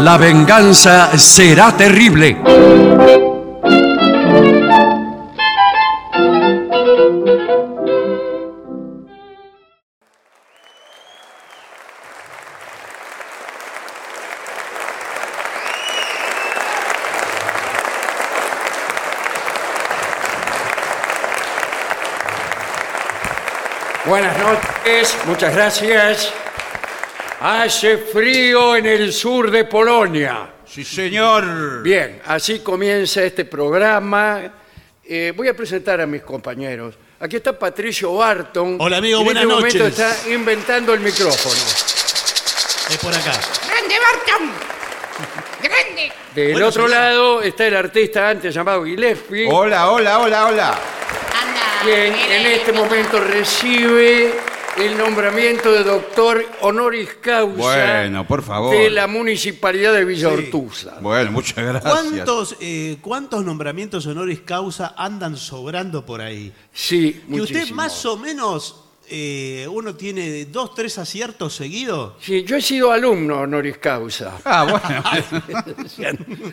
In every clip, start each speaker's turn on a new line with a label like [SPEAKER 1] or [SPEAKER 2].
[SPEAKER 1] La venganza será terrible.
[SPEAKER 2] Buenas noches, muchas gracias. Hace frío en el sur de Polonia.
[SPEAKER 3] Sí, señor.
[SPEAKER 2] Bien, así comienza este programa. Eh, voy a presentar a mis compañeros. Aquí está Patricio Barton.
[SPEAKER 3] Hola, amigo,
[SPEAKER 2] en
[SPEAKER 3] buenas
[SPEAKER 2] este momento
[SPEAKER 3] noches.
[SPEAKER 2] está inventando el micrófono.
[SPEAKER 3] Es por acá.
[SPEAKER 4] ¡Grande, Barton! ¡Grande!
[SPEAKER 2] Del
[SPEAKER 3] Bueno,
[SPEAKER 2] otro
[SPEAKER 3] señor.
[SPEAKER 2] lado está el artista antes llamado Gillespie,
[SPEAKER 3] Hola, hola, hola, hola.
[SPEAKER 4] Anda,
[SPEAKER 2] quien en
[SPEAKER 4] nene,
[SPEAKER 2] este momento recibe el nombramiento de doctor honoris causa
[SPEAKER 5] Bueno, por favor.
[SPEAKER 2] de la municipalidad de Villa Ortuza.
[SPEAKER 5] Bueno, muchas gracias.
[SPEAKER 3] ¿Cuántos, eh, ¿Cuántos nombramientos honoris causa andan sobrando por ahí?
[SPEAKER 2] Sí,
[SPEAKER 3] Que usted
[SPEAKER 2] muchísimo.
[SPEAKER 3] más o menos, eh, uno tiene dos, tres aciertos seguidos.
[SPEAKER 2] Sí, yo he sido alumno honoris causa.
[SPEAKER 5] Ah, bueno.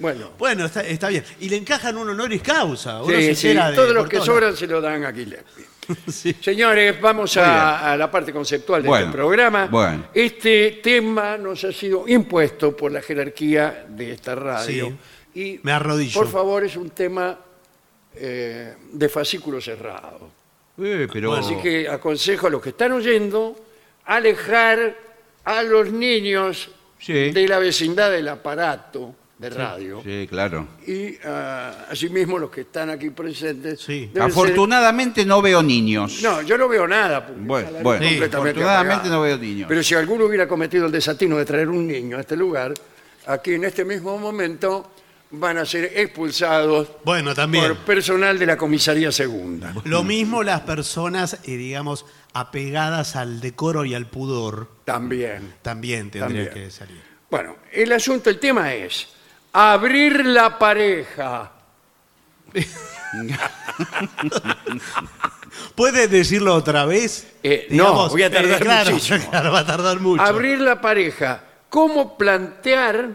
[SPEAKER 2] Bueno,
[SPEAKER 3] Bueno, está, está bien. Y le encajan un honoris causa.
[SPEAKER 2] sí,
[SPEAKER 3] Uno se
[SPEAKER 2] sí,
[SPEAKER 3] entera de
[SPEAKER 2] todos los
[SPEAKER 3] por
[SPEAKER 2] que
[SPEAKER 3] lados.
[SPEAKER 2] sobran se lo dan a Gillespie.
[SPEAKER 3] Sí.
[SPEAKER 2] Señores, vamos a, a la parte conceptual de
[SPEAKER 5] Bueno,
[SPEAKER 2] este programa.
[SPEAKER 5] bueno.
[SPEAKER 2] Este tema nos ha sido impuesto por la jerarquía de esta radio. Y,
[SPEAKER 3] me arrodillo.
[SPEAKER 2] Por favor, es un tema eh, de fascículo cerrado.
[SPEAKER 5] Eh, pero...
[SPEAKER 3] Bueno,
[SPEAKER 2] Así que aconsejo a los que están oyendo alejar a los niños
[SPEAKER 5] Sí.
[SPEAKER 2] de la vecindad del aparato de radio.
[SPEAKER 5] Sí, claro.
[SPEAKER 2] Y ah, asimismo los que están aquí presentes.
[SPEAKER 3] Sí.
[SPEAKER 2] deben
[SPEAKER 5] Afortunadamente no veo niños.
[SPEAKER 2] ser- No, yo no veo nada. porque está la
[SPEAKER 5] Bueno,
[SPEAKER 2] luz
[SPEAKER 5] bueno.
[SPEAKER 3] Sí,
[SPEAKER 2] completamente
[SPEAKER 5] afortunadamente
[SPEAKER 2] apagada.
[SPEAKER 5] no veo niños.
[SPEAKER 2] Pero si alguno hubiera cometido el desatino de traer un niño a este lugar, aquí en este mismo momento van a ser expulsados
[SPEAKER 3] Bueno, también.
[SPEAKER 2] por personal de la comisaría segunda.
[SPEAKER 3] Lo mismo las personas, eh, digamos, apegadas al decoro y al pudor,
[SPEAKER 2] También.
[SPEAKER 3] también tendrían
[SPEAKER 2] También.
[SPEAKER 3] que salir.
[SPEAKER 2] Bueno, el asunto, el tema es abrir la pareja.
[SPEAKER 3] ¿Puede decirlo otra vez?
[SPEAKER 2] Eh, no, voy a tardar
[SPEAKER 3] claro,
[SPEAKER 2] muchísimo.
[SPEAKER 3] claro, va a tardar mucho.
[SPEAKER 2] Abrir la pareja. ¿Cómo plantear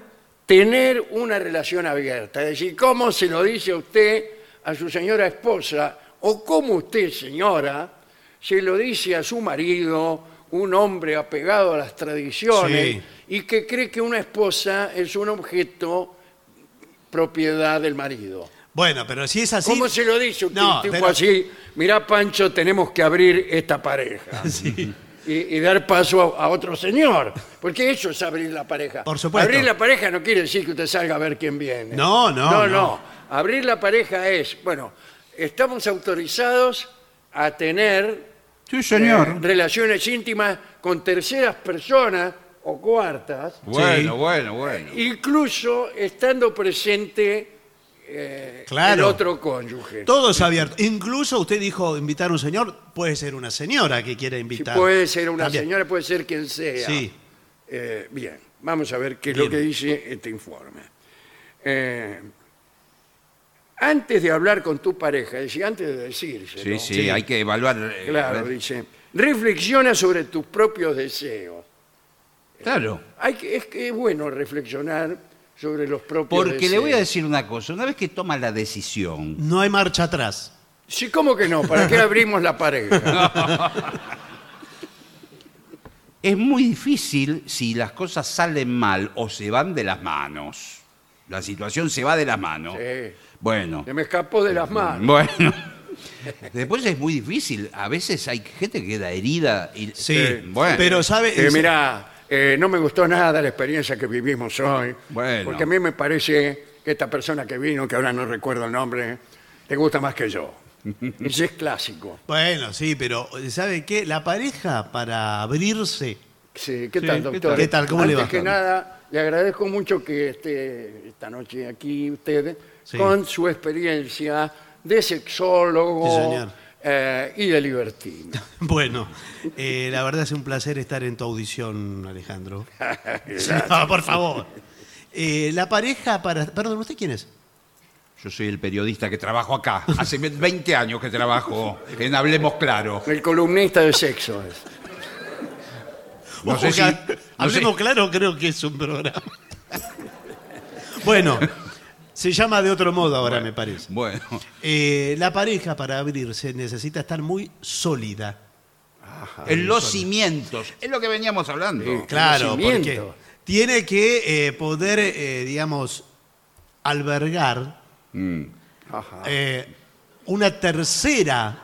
[SPEAKER 2] tener una relación abierta? Es decir, ¿cómo se lo dice usted a su señora esposa? ¿O cómo usted, señora, se lo dice a su marido, un hombre apegado a las tradiciones
[SPEAKER 3] Sí.
[SPEAKER 2] y que cree que una esposa es un objeto propiedad del marido?
[SPEAKER 3] Bueno, pero si es así.
[SPEAKER 2] ¿Cómo se lo dice usted?
[SPEAKER 3] No,
[SPEAKER 2] un tipo
[SPEAKER 3] pero-
[SPEAKER 2] así, mirá Pancho, tenemos que abrir esta pareja.
[SPEAKER 3] Sí.
[SPEAKER 2] y, y dar paso a, a otro señor. Porque eso es abrir la pareja.
[SPEAKER 3] Por supuesto.
[SPEAKER 2] Abrir la pareja no quiere decir que usted salga a ver quién viene.
[SPEAKER 3] No, no,
[SPEAKER 2] No,
[SPEAKER 3] no.
[SPEAKER 2] no. Abrir la pareja es, bueno, estamos autorizados a tener
[SPEAKER 5] Sí,
[SPEAKER 2] eh,
[SPEAKER 5] señor.
[SPEAKER 2] relaciones íntimas con terceras personas o cuartas,
[SPEAKER 5] Bueno,
[SPEAKER 3] Sí.
[SPEAKER 5] bueno, bueno.
[SPEAKER 2] incluso estando presente eh,
[SPEAKER 3] Claro.
[SPEAKER 2] el otro cónyuge.
[SPEAKER 3] Todo es abierto. Incluso usted dijo invitar a un señor, puede ser una señora que quiera
[SPEAKER 2] Si
[SPEAKER 3] invitar.
[SPEAKER 2] puede ser una
[SPEAKER 3] También.
[SPEAKER 2] señora, puede ser quien sea.
[SPEAKER 3] Sí.
[SPEAKER 2] Eh, bien, vamos a ver qué es lo que
[SPEAKER 3] Bien.
[SPEAKER 2] dice este informe. Eh, antes de hablar con tu pareja, es decir, antes de decirse,
[SPEAKER 5] Sí, sí, hay que evaluar. eh, a
[SPEAKER 2] claro,
[SPEAKER 5] ver.
[SPEAKER 2] dice, reflexiona sobre tus propios deseos.
[SPEAKER 5] Claro.
[SPEAKER 2] Hay que, es, que es bueno reflexionar sobre los propios
[SPEAKER 5] Porque
[SPEAKER 2] deseos.
[SPEAKER 5] le voy a decir una cosa. Una vez que toma la decisión,
[SPEAKER 3] No hay marcha atrás.
[SPEAKER 2] Sí, ¿cómo que no? ¿Para qué abrimos la pareja?
[SPEAKER 5] es muy difícil si las cosas salen mal o se van de las manos. La situación se va de las manos.
[SPEAKER 2] Sí.
[SPEAKER 5] Bueno.
[SPEAKER 2] Se me escapó de las manos.
[SPEAKER 5] Bueno. Después es muy difícil. A veces hay gente que queda herida. Y,
[SPEAKER 3] Sí.
[SPEAKER 5] Eh, bueno.
[SPEAKER 3] Pero sabe.
[SPEAKER 2] Eh, mirá, eh, no me gustó nada la experiencia que vivimos hoy.
[SPEAKER 5] Bueno.
[SPEAKER 2] Porque a mí me parece que esta persona que vino, que ahora no recuerdo el nombre, te gusta más que yo. Ese es clásico.
[SPEAKER 3] Bueno, sí, pero eh, ¿sabe qué? La pareja para abrirse.
[SPEAKER 2] Sí, ¿Qué tal, doctor?
[SPEAKER 3] tal? ¿Qué tal? ¿Cómo le
[SPEAKER 2] Antes
[SPEAKER 3] va?
[SPEAKER 2] que nada, le agradezco mucho que esté esta noche aquí usted
[SPEAKER 3] Sí.
[SPEAKER 2] con su experiencia de
[SPEAKER 3] Sí,
[SPEAKER 2] sexólogo
[SPEAKER 3] señor.
[SPEAKER 2] eh, y de libertino.
[SPEAKER 3] Bueno, eh, la verdad es un placer estar en tu audición, Alejandro. No, por favor. Eh, la pareja para. Perdón, ¿usted quién es?
[SPEAKER 5] Yo soy el periodista que trabajo acá. Hace 20 años que trabajo en Hablemos Claro.
[SPEAKER 2] El columnista de sexo es.
[SPEAKER 5] No sé si-
[SPEAKER 3] Ojalá.
[SPEAKER 5] no sé-
[SPEAKER 3] Hablemos claro, creo que es un programa. bueno, se llama de otro modo ahora, me parece.
[SPEAKER 5] Bueno,
[SPEAKER 3] Eh, la pareja para abrirse necesita estar muy sólida.
[SPEAKER 5] en los cimientos. Es lo que veníamos hablando.
[SPEAKER 3] Claro, porque
[SPEAKER 2] Conocimiento.
[SPEAKER 3] tiene que eh, poder, eh, digamos, albergar
[SPEAKER 5] Mm.
[SPEAKER 3] eh, una tercera,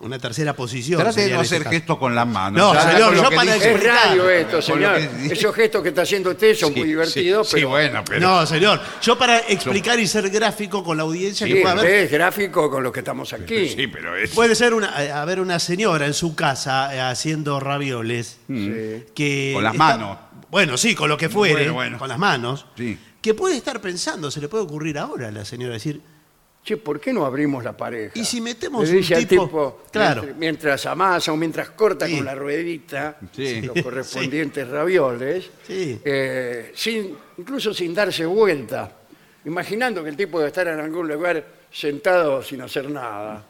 [SPEAKER 3] una tercera posición.
[SPEAKER 5] Trate de
[SPEAKER 3] sería
[SPEAKER 5] no
[SPEAKER 3] en este
[SPEAKER 5] hacer
[SPEAKER 3] caso.
[SPEAKER 5] gestos con las manos.
[SPEAKER 3] No,
[SPEAKER 5] Ya,
[SPEAKER 2] Ah,
[SPEAKER 5] ya
[SPEAKER 3] señor,
[SPEAKER 5] con lo
[SPEAKER 3] yo
[SPEAKER 5] que
[SPEAKER 3] para
[SPEAKER 5] dije-
[SPEAKER 2] Es radio esto,
[SPEAKER 5] Con lo
[SPEAKER 2] señor.
[SPEAKER 5] que-
[SPEAKER 2] Esos gestos que está haciendo usted son muy
[SPEAKER 5] Sí,
[SPEAKER 2] divertidos,
[SPEAKER 5] sí, sí,
[SPEAKER 2] pero
[SPEAKER 5] bueno, pero...
[SPEAKER 3] No, señor. Yo para explicar y ser gráfico con la audiencia
[SPEAKER 2] sí,
[SPEAKER 3] que pueda haber,
[SPEAKER 2] es gráfico con lo que estamos aquí.
[SPEAKER 5] Sí, pero es...
[SPEAKER 3] puede ser una, eh, haber una señora en su casa eh, haciendo ravioles que
[SPEAKER 5] Mm. Con las
[SPEAKER 3] está-
[SPEAKER 5] manos.
[SPEAKER 3] Bueno, sí, con lo que fuere,
[SPEAKER 5] Bueno, bueno.
[SPEAKER 3] con las manos.
[SPEAKER 5] Sí.
[SPEAKER 3] Que puede estar pensando, se le puede ocurrir ahora a la señora decir,
[SPEAKER 2] Che, ¿por qué no abrimos la pareja?
[SPEAKER 3] Y si metemos
[SPEAKER 2] Le
[SPEAKER 3] un
[SPEAKER 2] dice al
[SPEAKER 3] tipo- Claro.
[SPEAKER 2] mientras- mientras amasa o mientras corta
[SPEAKER 3] Sí.
[SPEAKER 2] con la ruedita
[SPEAKER 5] Sí.
[SPEAKER 2] los correspondientes ravioles,
[SPEAKER 3] Sí.
[SPEAKER 2] eh, sin, incluso sin darse vuelta, imaginando que el tipo debe estar en algún lugar sentado sin hacer nada.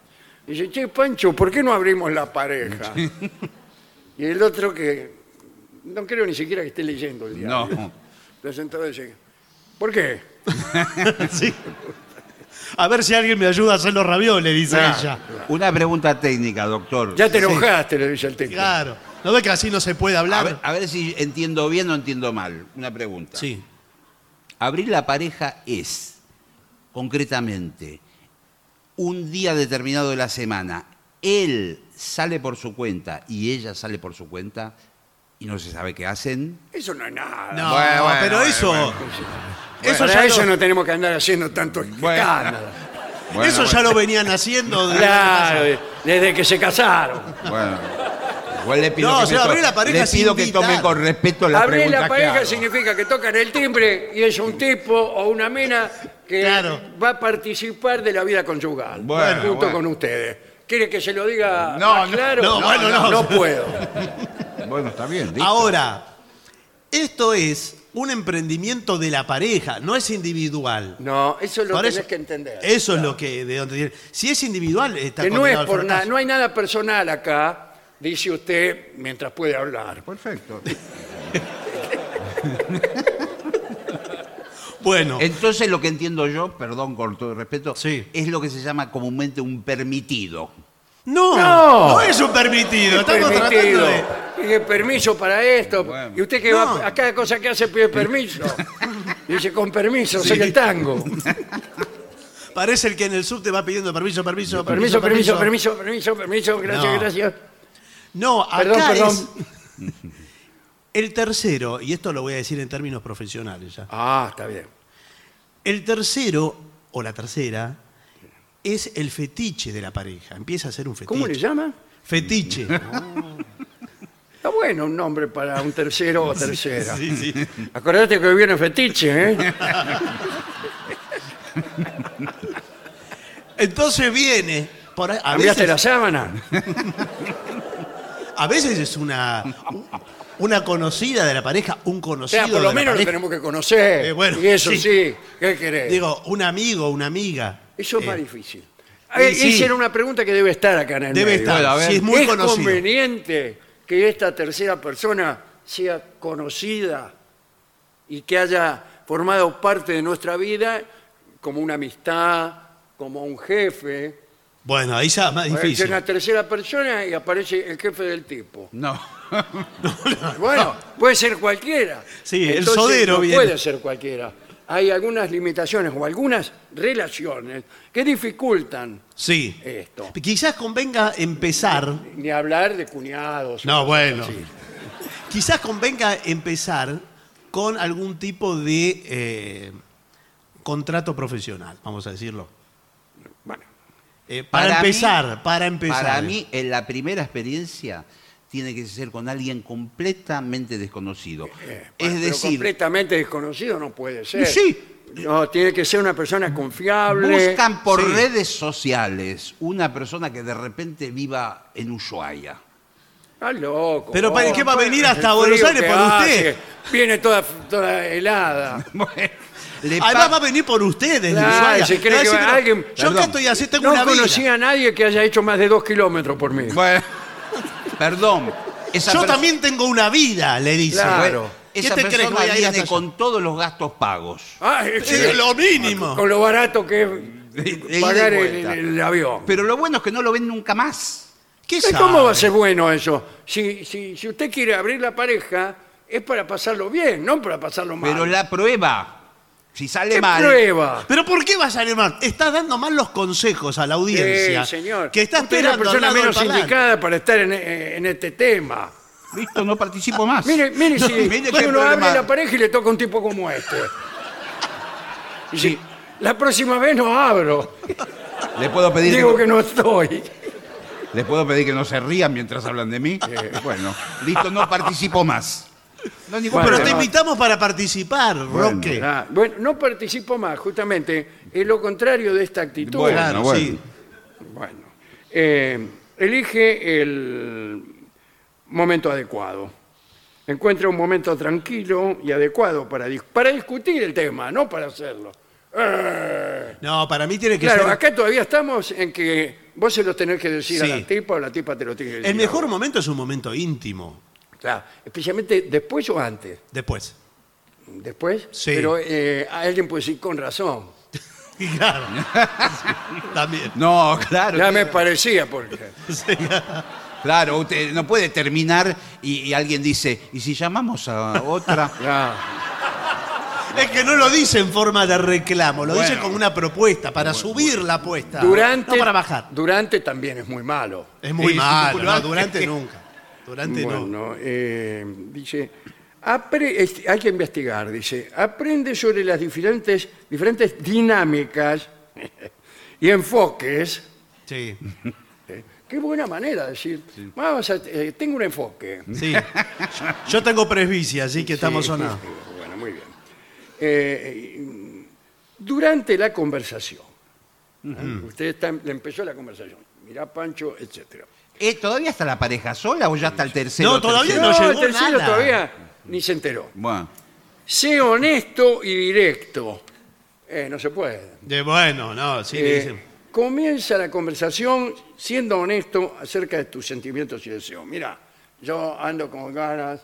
[SPEAKER 2] Dice, che, Pancho, ¿por qué no abrimos la pareja? Y el otro que no creo ni siquiera que esté leyendo el diario.
[SPEAKER 5] No.
[SPEAKER 2] Está sentado y dice, ¿por qué?
[SPEAKER 3] Sí. A ver si alguien me ayuda a hacer los ravioles, dice
[SPEAKER 2] Claro.
[SPEAKER 3] ella.
[SPEAKER 5] Una pregunta técnica, doctor.
[SPEAKER 2] Ya te enojaste, le dice el tipo.
[SPEAKER 3] Claro. ¿No ve que así no se puede
[SPEAKER 5] a,
[SPEAKER 3] hablar?
[SPEAKER 5] ver, a ver si entiendo bien o entiendo mal. Una pregunta.
[SPEAKER 3] sí.
[SPEAKER 5] Abrir la pareja es, concretamente, un día determinado de la semana, él sale por su cuenta y ella sale por su cuenta y no se sabe qué hacen.
[SPEAKER 2] Eso no es nada.
[SPEAKER 3] No,
[SPEAKER 5] Ah, Bueno, bueno,
[SPEAKER 3] pero
[SPEAKER 5] bueno,
[SPEAKER 3] eso.
[SPEAKER 5] bueno.
[SPEAKER 3] Eso,
[SPEAKER 2] Para
[SPEAKER 3] ya,
[SPEAKER 2] eso
[SPEAKER 3] lo,
[SPEAKER 2] no tenemos que andar haciendo tanto escándalo.
[SPEAKER 5] Bueno,
[SPEAKER 3] eso ya
[SPEAKER 5] bueno,
[SPEAKER 3] lo venían haciendo. desde-
[SPEAKER 2] Claro, desde que se casaron.
[SPEAKER 5] bueno. Igual le pido
[SPEAKER 3] No,
[SPEAKER 5] que
[SPEAKER 3] o sea,
[SPEAKER 5] me to-
[SPEAKER 3] abrir la pareja
[SPEAKER 5] le
[SPEAKER 3] es
[SPEAKER 5] pido que
[SPEAKER 3] invitar.
[SPEAKER 5] tome con respeto la
[SPEAKER 2] Abrir
[SPEAKER 5] pregunta
[SPEAKER 2] la pareja
[SPEAKER 5] que hago.
[SPEAKER 2] significa que tocan el timbre y es un tipo o una mina que
[SPEAKER 3] Claro.
[SPEAKER 2] va a participar de la vida conyugal.
[SPEAKER 5] Bueno,
[SPEAKER 2] junto
[SPEAKER 5] bueno.
[SPEAKER 2] con ustedes. ¿Quiere que se lo diga
[SPEAKER 5] No,
[SPEAKER 2] más
[SPEAKER 5] no,
[SPEAKER 2] claro?
[SPEAKER 3] no, bueno, no.
[SPEAKER 2] puedo.
[SPEAKER 5] Bueno, está bien. listo.
[SPEAKER 3] Ahora, esto es un emprendimiento de la pareja, no es individual.
[SPEAKER 2] No, eso lo
[SPEAKER 3] Por
[SPEAKER 2] tenés
[SPEAKER 3] eso-
[SPEAKER 2] que entender.
[SPEAKER 3] Eso es lo que de donde tiene- Si es individual, está
[SPEAKER 2] que no es
[SPEAKER 3] condenado al
[SPEAKER 2] por nada,
[SPEAKER 3] fracaso.
[SPEAKER 2] no hay nada personal acá, dice usted mientras puede hablar.
[SPEAKER 5] Perfecto.
[SPEAKER 3] Bueno,
[SPEAKER 2] Eh,
[SPEAKER 5] Entonces lo que entiendo yo, perdón con todo respeto,
[SPEAKER 3] Sí.
[SPEAKER 5] es lo que se llama comúnmente un permitido.
[SPEAKER 3] no,
[SPEAKER 2] No.
[SPEAKER 3] no, es un permitido. Estamos
[SPEAKER 2] permitido.
[SPEAKER 3] tratando de.
[SPEAKER 2] Dije, permiso para esto.
[SPEAKER 5] Bueno.
[SPEAKER 2] Y usted que
[SPEAKER 3] No.
[SPEAKER 2] va a cada cosa que hace pide permiso. Y dice, con permiso, soy el tango.
[SPEAKER 3] Parece el que en el subte va pidiendo permiso, permiso,
[SPEAKER 2] Permiso, permiso, permiso, permiso, permiso, gracias,
[SPEAKER 3] No.
[SPEAKER 2] gracias.
[SPEAKER 3] No, acá
[SPEAKER 2] Perdón, perdón.
[SPEAKER 3] es el tercero, y esto lo voy a decir en términos profesionales ya.
[SPEAKER 2] Ah, está bien.
[SPEAKER 3] El tercero o la tercera es el fetiche de la pareja. Empieza a ser un fetiche.
[SPEAKER 2] ¿Cómo le llama?
[SPEAKER 3] Fetiche.
[SPEAKER 2] Está bueno un nombre para un tercero o tercera.
[SPEAKER 3] Sí, sí.
[SPEAKER 2] Acordate que hoy viene fetiche, ¿eh?
[SPEAKER 3] Entonces viene por ahí- a
[SPEAKER 2] ¿Cambiaste la
[SPEAKER 3] veces,
[SPEAKER 2] sábana?
[SPEAKER 3] a veces es una una conocida de la pareja, un
[SPEAKER 2] O
[SPEAKER 3] conocido
[SPEAKER 2] sea, por
[SPEAKER 3] de
[SPEAKER 2] lo
[SPEAKER 3] la
[SPEAKER 2] menos lo
[SPEAKER 3] pareja.
[SPEAKER 2] tenemos que conocer.
[SPEAKER 3] Eh, bueno,
[SPEAKER 2] y eso sí,
[SPEAKER 3] sí.
[SPEAKER 2] ¿qué querés?
[SPEAKER 3] Digo, un amigo, una amiga.
[SPEAKER 2] eso es
[SPEAKER 3] Eh,
[SPEAKER 2] más difícil.
[SPEAKER 3] y
[SPEAKER 2] Eh,
[SPEAKER 3] sí.
[SPEAKER 2] Esa era una pregunta que debe estar acá en el
[SPEAKER 3] Debe
[SPEAKER 2] medio.
[SPEAKER 3] estar,
[SPEAKER 5] Bueno, a ver.
[SPEAKER 3] si es muy
[SPEAKER 2] ¿Es
[SPEAKER 3] conocido.
[SPEAKER 2] conveniente que esta tercera persona sea conocida y que haya formado parte de nuestra vida como una amistad, como un jefe?
[SPEAKER 3] Bueno, ahí ya es más
[SPEAKER 2] Aparece
[SPEAKER 3] difícil.
[SPEAKER 2] una tercera persona y aparece el jefe del tipo.
[SPEAKER 5] No.
[SPEAKER 2] Bueno, puede ser cualquiera.
[SPEAKER 3] Sí, el
[SPEAKER 2] Entonces,
[SPEAKER 3] sodero
[SPEAKER 2] no
[SPEAKER 3] viene.
[SPEAKER 2] puede ser cualquiera. Hay algunas limitaciones o algunas relaciones que dificultan
[SPEAKER 3] Sí.
[SPEAKER 2] esto.
[SPEAKER 3] Quizás convenga empezar.
[SPEAKER 2] Ni hablar de cuñados.
[SPEAKER 3] No, bueno.
[SPEAKER 2] Sí.
[SPEAKER 3] Quizás convenga empezar con algún tipo de eh, contrato profesional, vamos a decirlo.
[SPEAKER 2] Bueno,
[SPEAKER 3] Eh, para,
[SPEAKER 5] Para mí-
[SPEAKER 3] empezar, para empezar.
[SPEAKER 5] Para mí, en la primera experiencia tiene que ser con alguien completamente desconocido.
[SPEAKER 3] Eh,
[SPEAKER 2] Bueno,
[SPEAKER 5] es
[SPEAKER 2] pero
[SPEAKER 5] decir,
[SPEAKER 2] completamente desconocido no puede ser.
[SPEAKER 3] Sí.
[SPEAKER 2] No, tiene que ser una persona confiable.
[SPEAKER 5] buscan por
[SPEAKER 3] Sí.
[SPEAKER 5] redes sociales una persona que de repente viva en Ushuaia.
[SPEAKER 2] Está loco.
[SPEAKER 3] Pero, ¿para qué va a
[SPEAKER 2] Bueno,
[SPEAKER 3] venir hasta
[SPEAKER 2] el
[SPEAKER 3] Buenos
[SPEAKER 2] frío
[SPEAKER 3] Aires
[SPEAKER 2] que
[SPEAKER 3] por usted?
[SPEAKER 2] hace, Viene toda, toda helada.
[SPEAKER 5] Bueno, le
[SPEAKER 3] Además
[SPEAKER 5] pa-
[SPEAKER 3] va a venir por ustedes.
[SPEAKER 2] Claro,
[SPEAKER 3] Ushuaia.
[SPEAKER 2] se cree
[SPEAKER 3] Le va a
[SPEAKER 2] que
[SPEAKER 3] decir,
[SPEAKER 2] va
[SPEAKER 3] pero
[SPEAKER 2] alguien-
[SPEAKER 3] Yo acá
[SPEAKER 5] Perdón.
[SPEAKER 3] estoy así, tengo
[SPEAKER 2] No
[SPEAKER 3] una vida.
[SPEAKER 2] conocí a nadie que haya hecho más de dos kilómetros por mí.
[SPEAKER 5] Bueno, perdón, Esa
[SPEAKER 3] Yo
[SPEAKER 5] pers-
[SPEAKER 3] también tengo una vida, le dice.
[SPEAKER 2] Claro.
[SPEAKER 3] ¿Qué
[SPEAKER 5] Esa
[SPEAKER 3] te
[SPEAKER 5] persona
[SPEAKER 3] crees que voy a ir
[SPEAKER 5] viene
[SPEAKER 3] hasta allá?
[SPEAKER 5] con todos los gastos pagos.
[SPEAKER 2] Ah,
[SPEAKER 3] Sí, es lo mínimo.
[SPEAKER 2] Con lo barato que es
[SPEAKER 5] De ida y
[SPEAKER 2] pagar el,
[SPEAKER 5] vuelta.
[SPEAKER 2] el- el avión.
[SPEAKER 5] Pero lo bueno es que no lo ven nunca más.
[SPEAKER 3] ¿Qué
[SPEAKER 2] ¿Y ¿Cómo va a
[SPEAKER 3] sabe?
[SPEAKER 2] ser bueno eso? Si, si, si usted quiere abrir la pareja, es para pasarlo bien, no para pasarlo mal.
[SPEAKER 5] Pero la prueba, si sale
[SPEAKER 2] ¿Qué
[SPEAKER 5] mal,
[SPEAKER 2] prueba?
[SPEAKER 3] ¿Pero por qué va a salir mal? Está dando mal los consejos a la audiencia.
[SPEAKER 2] Sí, señor.
[SPEAKER 3] Que está
[SPEAKER 2] Usted es la
[SPEAKER 3] esperando
[SPEAKER 2] persona
[SPEAKER 3] al lado del
[SPEAKER 2] menos
[SPEAKER 3] parlante.
[SPEAKER 2] indicada para estar en, eh, en este tema.
[SPEAKER 5] listo, no participo más.
[SPEAKER 2] Mire, mire si
[SPEAKER 5] mire qué
[SPEAKER 2] uno abre
[SPEAKER 5] problema.
[SPEAKER 2] la pareja y le toca un tipo como este. Y si, la próxima vez no abro.
[SPEAKER 5] ¿Le puedo, pedir que
[SPEAKER 2] Digo
[SPEAKER 5] no,
[SPEAKER 2] que no estoy.
[SPEAKER 5] ¿Le puedo pedir que no se rían mientras hablan de mí?
[SPEAKER 2] Eh,
[SPEAKER 5] Bueno, listo, no participo más. No hay ningún
[SPEAKER 2] Bueno,
[SPEAKER 3] Pero
[SPEAKER 5] problema.
[SPEAKER 3] te
[SPEAKER 2] no.
[SPEAKER 3] invitamos para participar, Roque.
[SPEAKER 2] Ah, bueno, no participo más, justamente. Es lo contrario de esta actitud.
[SPEAKER 5] Bueno,
[SPEAKER 3] Claro,
[SPEAKER 5] bueno.
[SPEAKER 3] sí.
[SPEAKER 2] Bueno, eh, elige el momento adecuado. Encuentra un momento tranquilo y adecuado para, dis- para discutir el tema, no para hacerlo. Eh,
[SPEAKER 3] No, para mí tiene que
[SPEAKER 2] claro,
[SPEAKER 3] ser.
[SPEAKER 2] acá todavía estamos en que vos se lo tenés que decir a
[SPEAKER 3] Sí.
[SPEAKER 2] la tipa o la tipa te lo tiene que decir.
[SPEAKER 3] El
[SPEAKER 2] a
[SPEAKER 3] mejor
[SPEAKER 2] vos.
[SPEAKER 3] momento es un momento íntimo.
[SPEAKER 2] Claro, especialmente después o antes.
[SPEAKER 3] Después.
[SPEAKER 2] Después,
[SPEAKER 3] Sí.
[SPEAKER 2] pero eh, alguien puede decir con razón.
[SPEAKER 3] Y claro. Sí, También.
[SPEAKER 5] No, claro.
[SPEAKER 2] Ya me parecía, porque.
[SPEAKER 3] Sí.
[SPEAKER 5] Claro, usted no puede terminar y, y alguien dice, ¿y si llamamos a otra?
[SPEAKER 2] Ya.
[SPEAKER 3] Es que no lo dice en forma de reclamo, lo dice
[SPEAKER 5] Bueno.
[SPEAKER 3] con una propuesta, para subir la apuesta.
[SPEAKER 2] Durante,
[SPEAKER 3] No para bajar.
[SPEAKER 2] Durante también es muy malo.
[SPEAKER 3] Es muy
[SPEAKER 5] Sí,
[SPEAKER 3] malo.
[SPEAKER 5] circular.
[SPEAKER 3] no, durante nunca. Durante no.
[SPEAKER 2] Bueno, eh, dice, apre- es- hay que investigar, dice, aprende sobre las diferentes, diferentes dinámicas y enfoques. ¿eh?
[SPEAKER 3] Sí.
[SPEAKER 2] Qué buena manera de decir, vamos a- eh, tengo un enfoque.
[SPEAKER 3] sí. Yo tengo presbicia, así que estamos
[SPEAKER 2] Sí,
[SPEAKER 3] sonados.
[SPEAKER 2] sí, Bueno, muy bien. Eh, durante la conversación, usted está- le empezó la conversación, mirá Pancho, etcétera.
[SPEAKER 5] Eh, ¿Todavía está la pareja sola o ya está el tercero?
[SPEAKER 3] No, todavía
[SPEAKER 5] tercero?
[SPEAKER 3] no
[SPEAKER 2] el
[SPEAKER 3] llegó
[SPEAKER 2] tercero
[SPEAKER 3] nada.
[SPEAKER 2] todavía ni se enteró.
[SPEAKER 5] Bueno,
[SPEAKER 2] Sé honesto y directo. Eh, no se puede.
[SPEAKER 3] De bueno, no, sí, le
[SPEAKER 2] Eh,
[SPEAKER 3] dicen.
[SPEAKER 2] comienza la conversación siendo honesto acerca de tus sentimientos y deseos. Mira, yo ando con ganas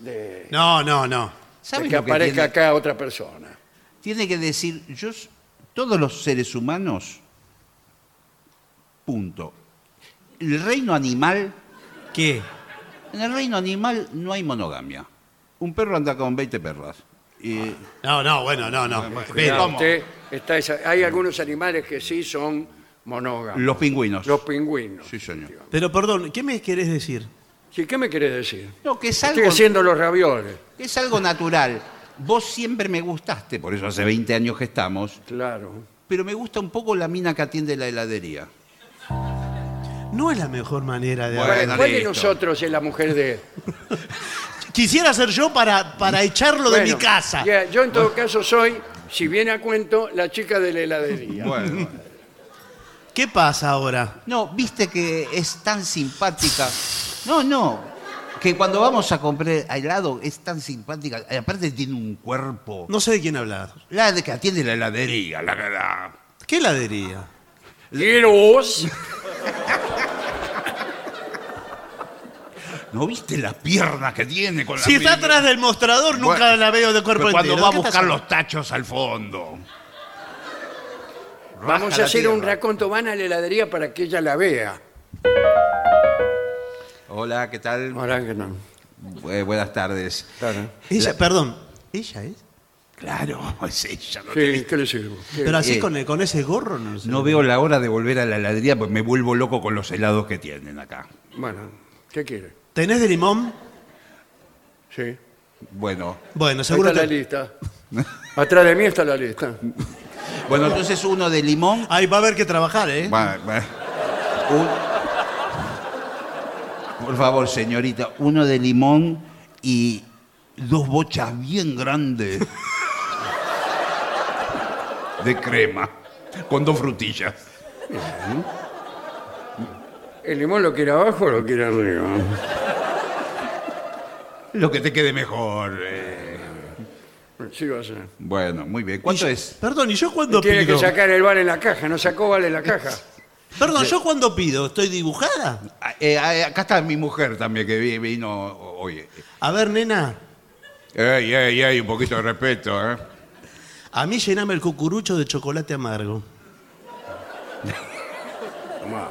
[SPEAKER 2] de,
[SPEAKER 3] No, no, no.
[SPEAKER 2] de
[SPEAKER 5] ¿sabes
[SPEAKER 2] que
[SPEAKER 5] lo que tiene?
[SPEAKER 2] aparezca acá otra persona.
[SPEAKER 5] Tiene que decir, yo, s- todos los seres humanos, punto. El reino animal,
[SPEAKER 3] ¿Qué?
[SPEAKER 5] en el reino animal no hay monogamia. Un perro anda con 20 perras. Y,
[SPEAKER 3] No, no, bueno, no, no.
[SPEAKER 2] Mirá,
[SPEAKER 3] Pero-
[SPEAKER 2] usted está esa- hay algunos animales que sí son monógamos.
[SPEAKER 5] Los pingüinos.
[SPEAKER 2] Los pingüinos.
[SPEAKER 5] Sí, señor.
[SPEAKER 3] Pero perdón, ¿qué me querés decir?
[SPEAKER 2] Sí, ¿Qué me querés decir?
[SPEAKER 5] No, que es
[SPEAKER 2] Estoy
[SPEAKER 5] algo,
[SPEAKER 2] haciendo los ravioles.
[SPEAKER 5] que es algo natural. Vos siempre me gustaste, por eso hace 20 años que estamos,
[SPEAKER 2] Claro.
[SPEAKER 5] pero me gusta un poco la mina que atiende la heladería.
[SPEAKER 3] No es la mejor manera de
[SPEAKER 5] Bueno,
[SPEAKER 3] hablar.
[SPEAKER 2] ¿Cuál de
[SPEAKER 5] listo.
[SPEAKER 2] nosotros es la mujer de...?
[SPEAKER 3] Quisiera ser yo para, para echarlo de
[SPEAKER 2] Bueno,
[SPEAKER 3] mi casa. Ah.
[SPEAKER 2] ya, yo en todo caso soy, si viene a cuento, la chica de la heladería.
[SPEAKER 5] Bueno.
[SPEAKER 3] ¿Qué pasa ahora?
[SPEAKER 5] No, viste que es tan simpática. No, no. Que cuando vamos a comprar helado es tan simpática. Eh, Aparte tiene un cuerpo.
[SPEAKER 3] No sé de quién hablar.
[SPEAKER 5] La de que atiende la heladería, la verdad.
[SPEAKER 3] ¿Qué heladería?
[SPEAKER 2] Eros.
[SPEAKER 5] ¿No viste la pierna que tiene con la
[SPEAKER 3] Si está
[SPEAKER 5] pierna?
[SPEAKER 3] atrás del mostrador, nunca
[SPEAKER 5] Bueno,
[SPEAKER 3] la veo de cuerpo
[SPEAKER 5] Pero cuando
[SPEAKER 3] entero.
[SPEAKER 5] va a
[SPEAKER 3] ¿De qué
[SPEAKER 5] buscar
[SPEAKER 3] estás
[SPEAKER 5] los tachos al fondo. Raja
[SPEAKER 2] Vamos a
[SPEAKER 5] la
[SPEAKER 2] hacer un
[SPEAKER 5] tierra.
[SPEAKER 2] raconto, van a la heladería para que ella la vea.
[SPEAKER 5] Hola, ¿qué tal?
[SPEAKER 2] Ahora que no.
[SPEAKER 5] Eh, buenas tardes.
[SPEAKER 2] Claro.
[SPEAKER 3] Ella, perdón. ¿Ella es?
[SPEAKER 5] Claro, es ella. No,
[SPEAKER 2] Sí, ¿qué le sirvo? ¿Qué?
[SPEAKER 3] Pero así
[SPEAKER 5] Eh.
[SPEAKER 3] con, con ese gorro no sé.
[SPEAKER 5] No veo la hora de volver a la heladería porque me vuelvo loco con los helados que tienen acá.
[SPEAKER 2] Bueno, ¿qué quiere?
[SPEAKER 3] ¿Tenés de limón?
[SPEAKER 2] Sí. Ahí
[SPEAKER 5] Bueno,
[SPEAKER 3] Bueno, seguro
[SPEAKER 2] está la
[SPEAKER 3] que...
[SPEAKER 2] lista. Atrás de mí está la lista.
[SPEAKER 5] bueno, entonces uno de limón.
[SPEAKER 3] Ahí va a haber que trabajar, ¿eh?
[SPEAKER 5] Va- va- un- por favor, señorita, uno de limón y dos bochas bien grandes de crema con dos frutillas.
[SPEAKER 2] ¿El limón lo quiere abajo o lo quiere arriba?
[SPEAKER 5] Lo que te quede mejor. eh.
[SPEAKER 2] Sí, va a ser.
[SPEAKER 5] Bueno, muy bien.
[SPEAKER 3] Y
[SPEAKER 5] ¿Cuánto
[SPEAKER 3] yo-
[SPEAKER 5] es?
[SPEAKER 3] Perdón, ¿y yo cuándo
[SPEAKER 2] Tiene que
[SPEAKER 3] pido? Eh,
[SPEAKER 2] sacar el vale en la caja, no sacó vale en la caja.
[SPEAKER 3] Perdón, yo cuando pido, ¿estoy dibujada?
[SPEAKER 5] Ah, eh, ah, acá está mi mujer también que vi- vino hoy.
[SPEAKER 3] A ver, nena,
[SPEAKER 5] Ey, ey, ey, un poquito de respeto, ¿eh?
[SPEAKER 3] a mí llename el cucurucho de chocolate amargo.
[SPEAKER 2] Tomá.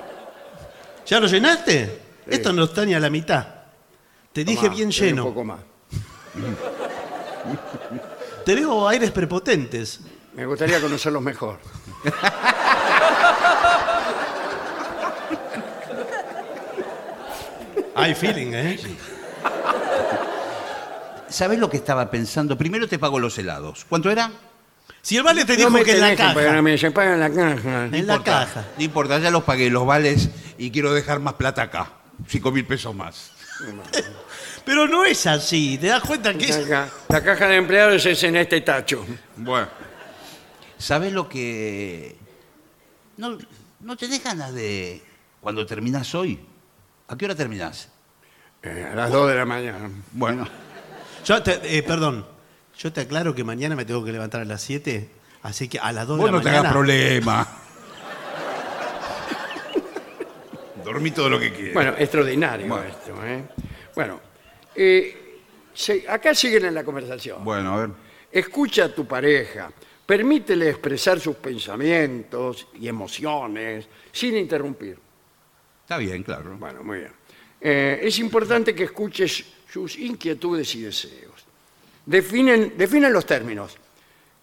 [SPEAKER 3] ¿Ya lo llenaste? Esto no está ni a la mitad. Te dije
[SPEAKER 2] Tomá,
[SPEAKER 3] bien
[SPEAKER 2] te doy
[SPEAKER 3] lleno.
[SPEAKER 2] Un poco más.
[SPEAKER 3] Te veo aires prepotentes.
[SPEAKER 2] Me gustaría conocerlos mejor.
[SPEAKER 3] Hay feeling, ¿eh?
[SPEAKER 5] ¿Sabés lo que estaba pensando? Primero te pago los helados. ¿Cuánto era?
[SPEAKER 3] Si el vale te dijo
[SPEAKER 2] no me
[SPEAKER 3] que en la
[SPEAKER 2] tenés
[SPEAKER 3] caja.
[SPEAKER 2] pagar a mí, se paga en la caja.
[SPEAKER 3] En la
[SPEAKER 5] importa,
[SPEAKER 3] caja.
[SPEAKER 5] No importa, ya los pagué, los vales, y quiero dejar más plata acá. Cinco mil pesos más.
[SPEAKER 3] Pero no es así. ¿Te das cuenta que
[SPEAKER 2] La
[SPEAKER 3] es.?
[SPEAKER 2] caja- La caja de empleados es en este tacho.
[SPEAKER 5] Bueno. ¿Sabés lo que.? No, no tenés ganas de. Cuando terminás hoy. ¿A qué hora terminás?
[SPEAKER 2] Eh, a las 2 de la mañana.
[SPEAKER 5] Bueno.
[SPEAKER 3] Yo te- eh, perdón. Yo te aclaro que mañana me tengo que levantar a las 7. Así que a las 2 de
[SPEAKER 5] Vos
[SPEAKER 3] la
[SPEAKER 5] no te
[SPEAKER 3] mañana.
[SPEAKER 5] hagas problema. Dormí todo lo que quieras.
[SPEAKER 2] Eh, Bueno, extraordinario
[SPEAKER 5] Bueno.
[SPEAKER 2] esto. ¿eh? Bueno, eh, se- acá siguen en la conversación.
[SPEAKER 5] Bueno, a ver.
[SPEAKER 2] Escucha a tu pareja, permítele expresar sus pensamientos y emociones sin interrumpir.
[SPEAKER 5] Está bien, claro.
[SPEAKER 2] Bueno, muy bien. Eh, es importante que escuches sus inquietudes y deseos. Definen, definen los términos.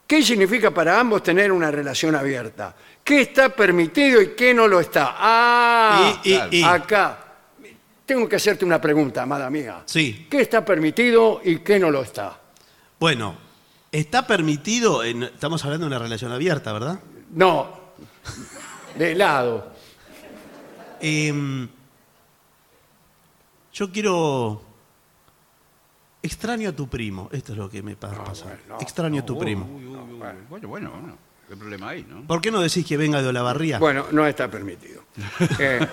[SPEAKER 2] ¿Qué significa para ambos tener una relación abierta? ¿Qué está permitido y qué no lo está? Ah,
[SPEAKER 3] Y- y- y.
[SPEAKER 2] acá. Tengo que hacerte una pregunta, amada amiga.
[SPEAKER 3] Sí.
[SPEAKER 2] ¿Qué está permitido y qué no lo está?
[SPEAKER 3] Bueno, está permitido. en- Estamos hablando de una relación abierta, ¿verdad?
[SPEAKER 2] No. De lado.
[SPEAKER 3] Em, yo quiero. Extraño a tu primo. Esto es lo que me pa- pasa.
[SPEAKER 2] Ah, bueno, no,
[SPEAKER 3] Extraño a tu primo.
[SPEAKER 5] Bueno, bueno, bueno. ¿Qué problema hay, no?
[SPEAKER 3] ¿Por qué no decís que venga de Olavarría?
[SPEAKER 2] Bueno, no está permitido. Eh,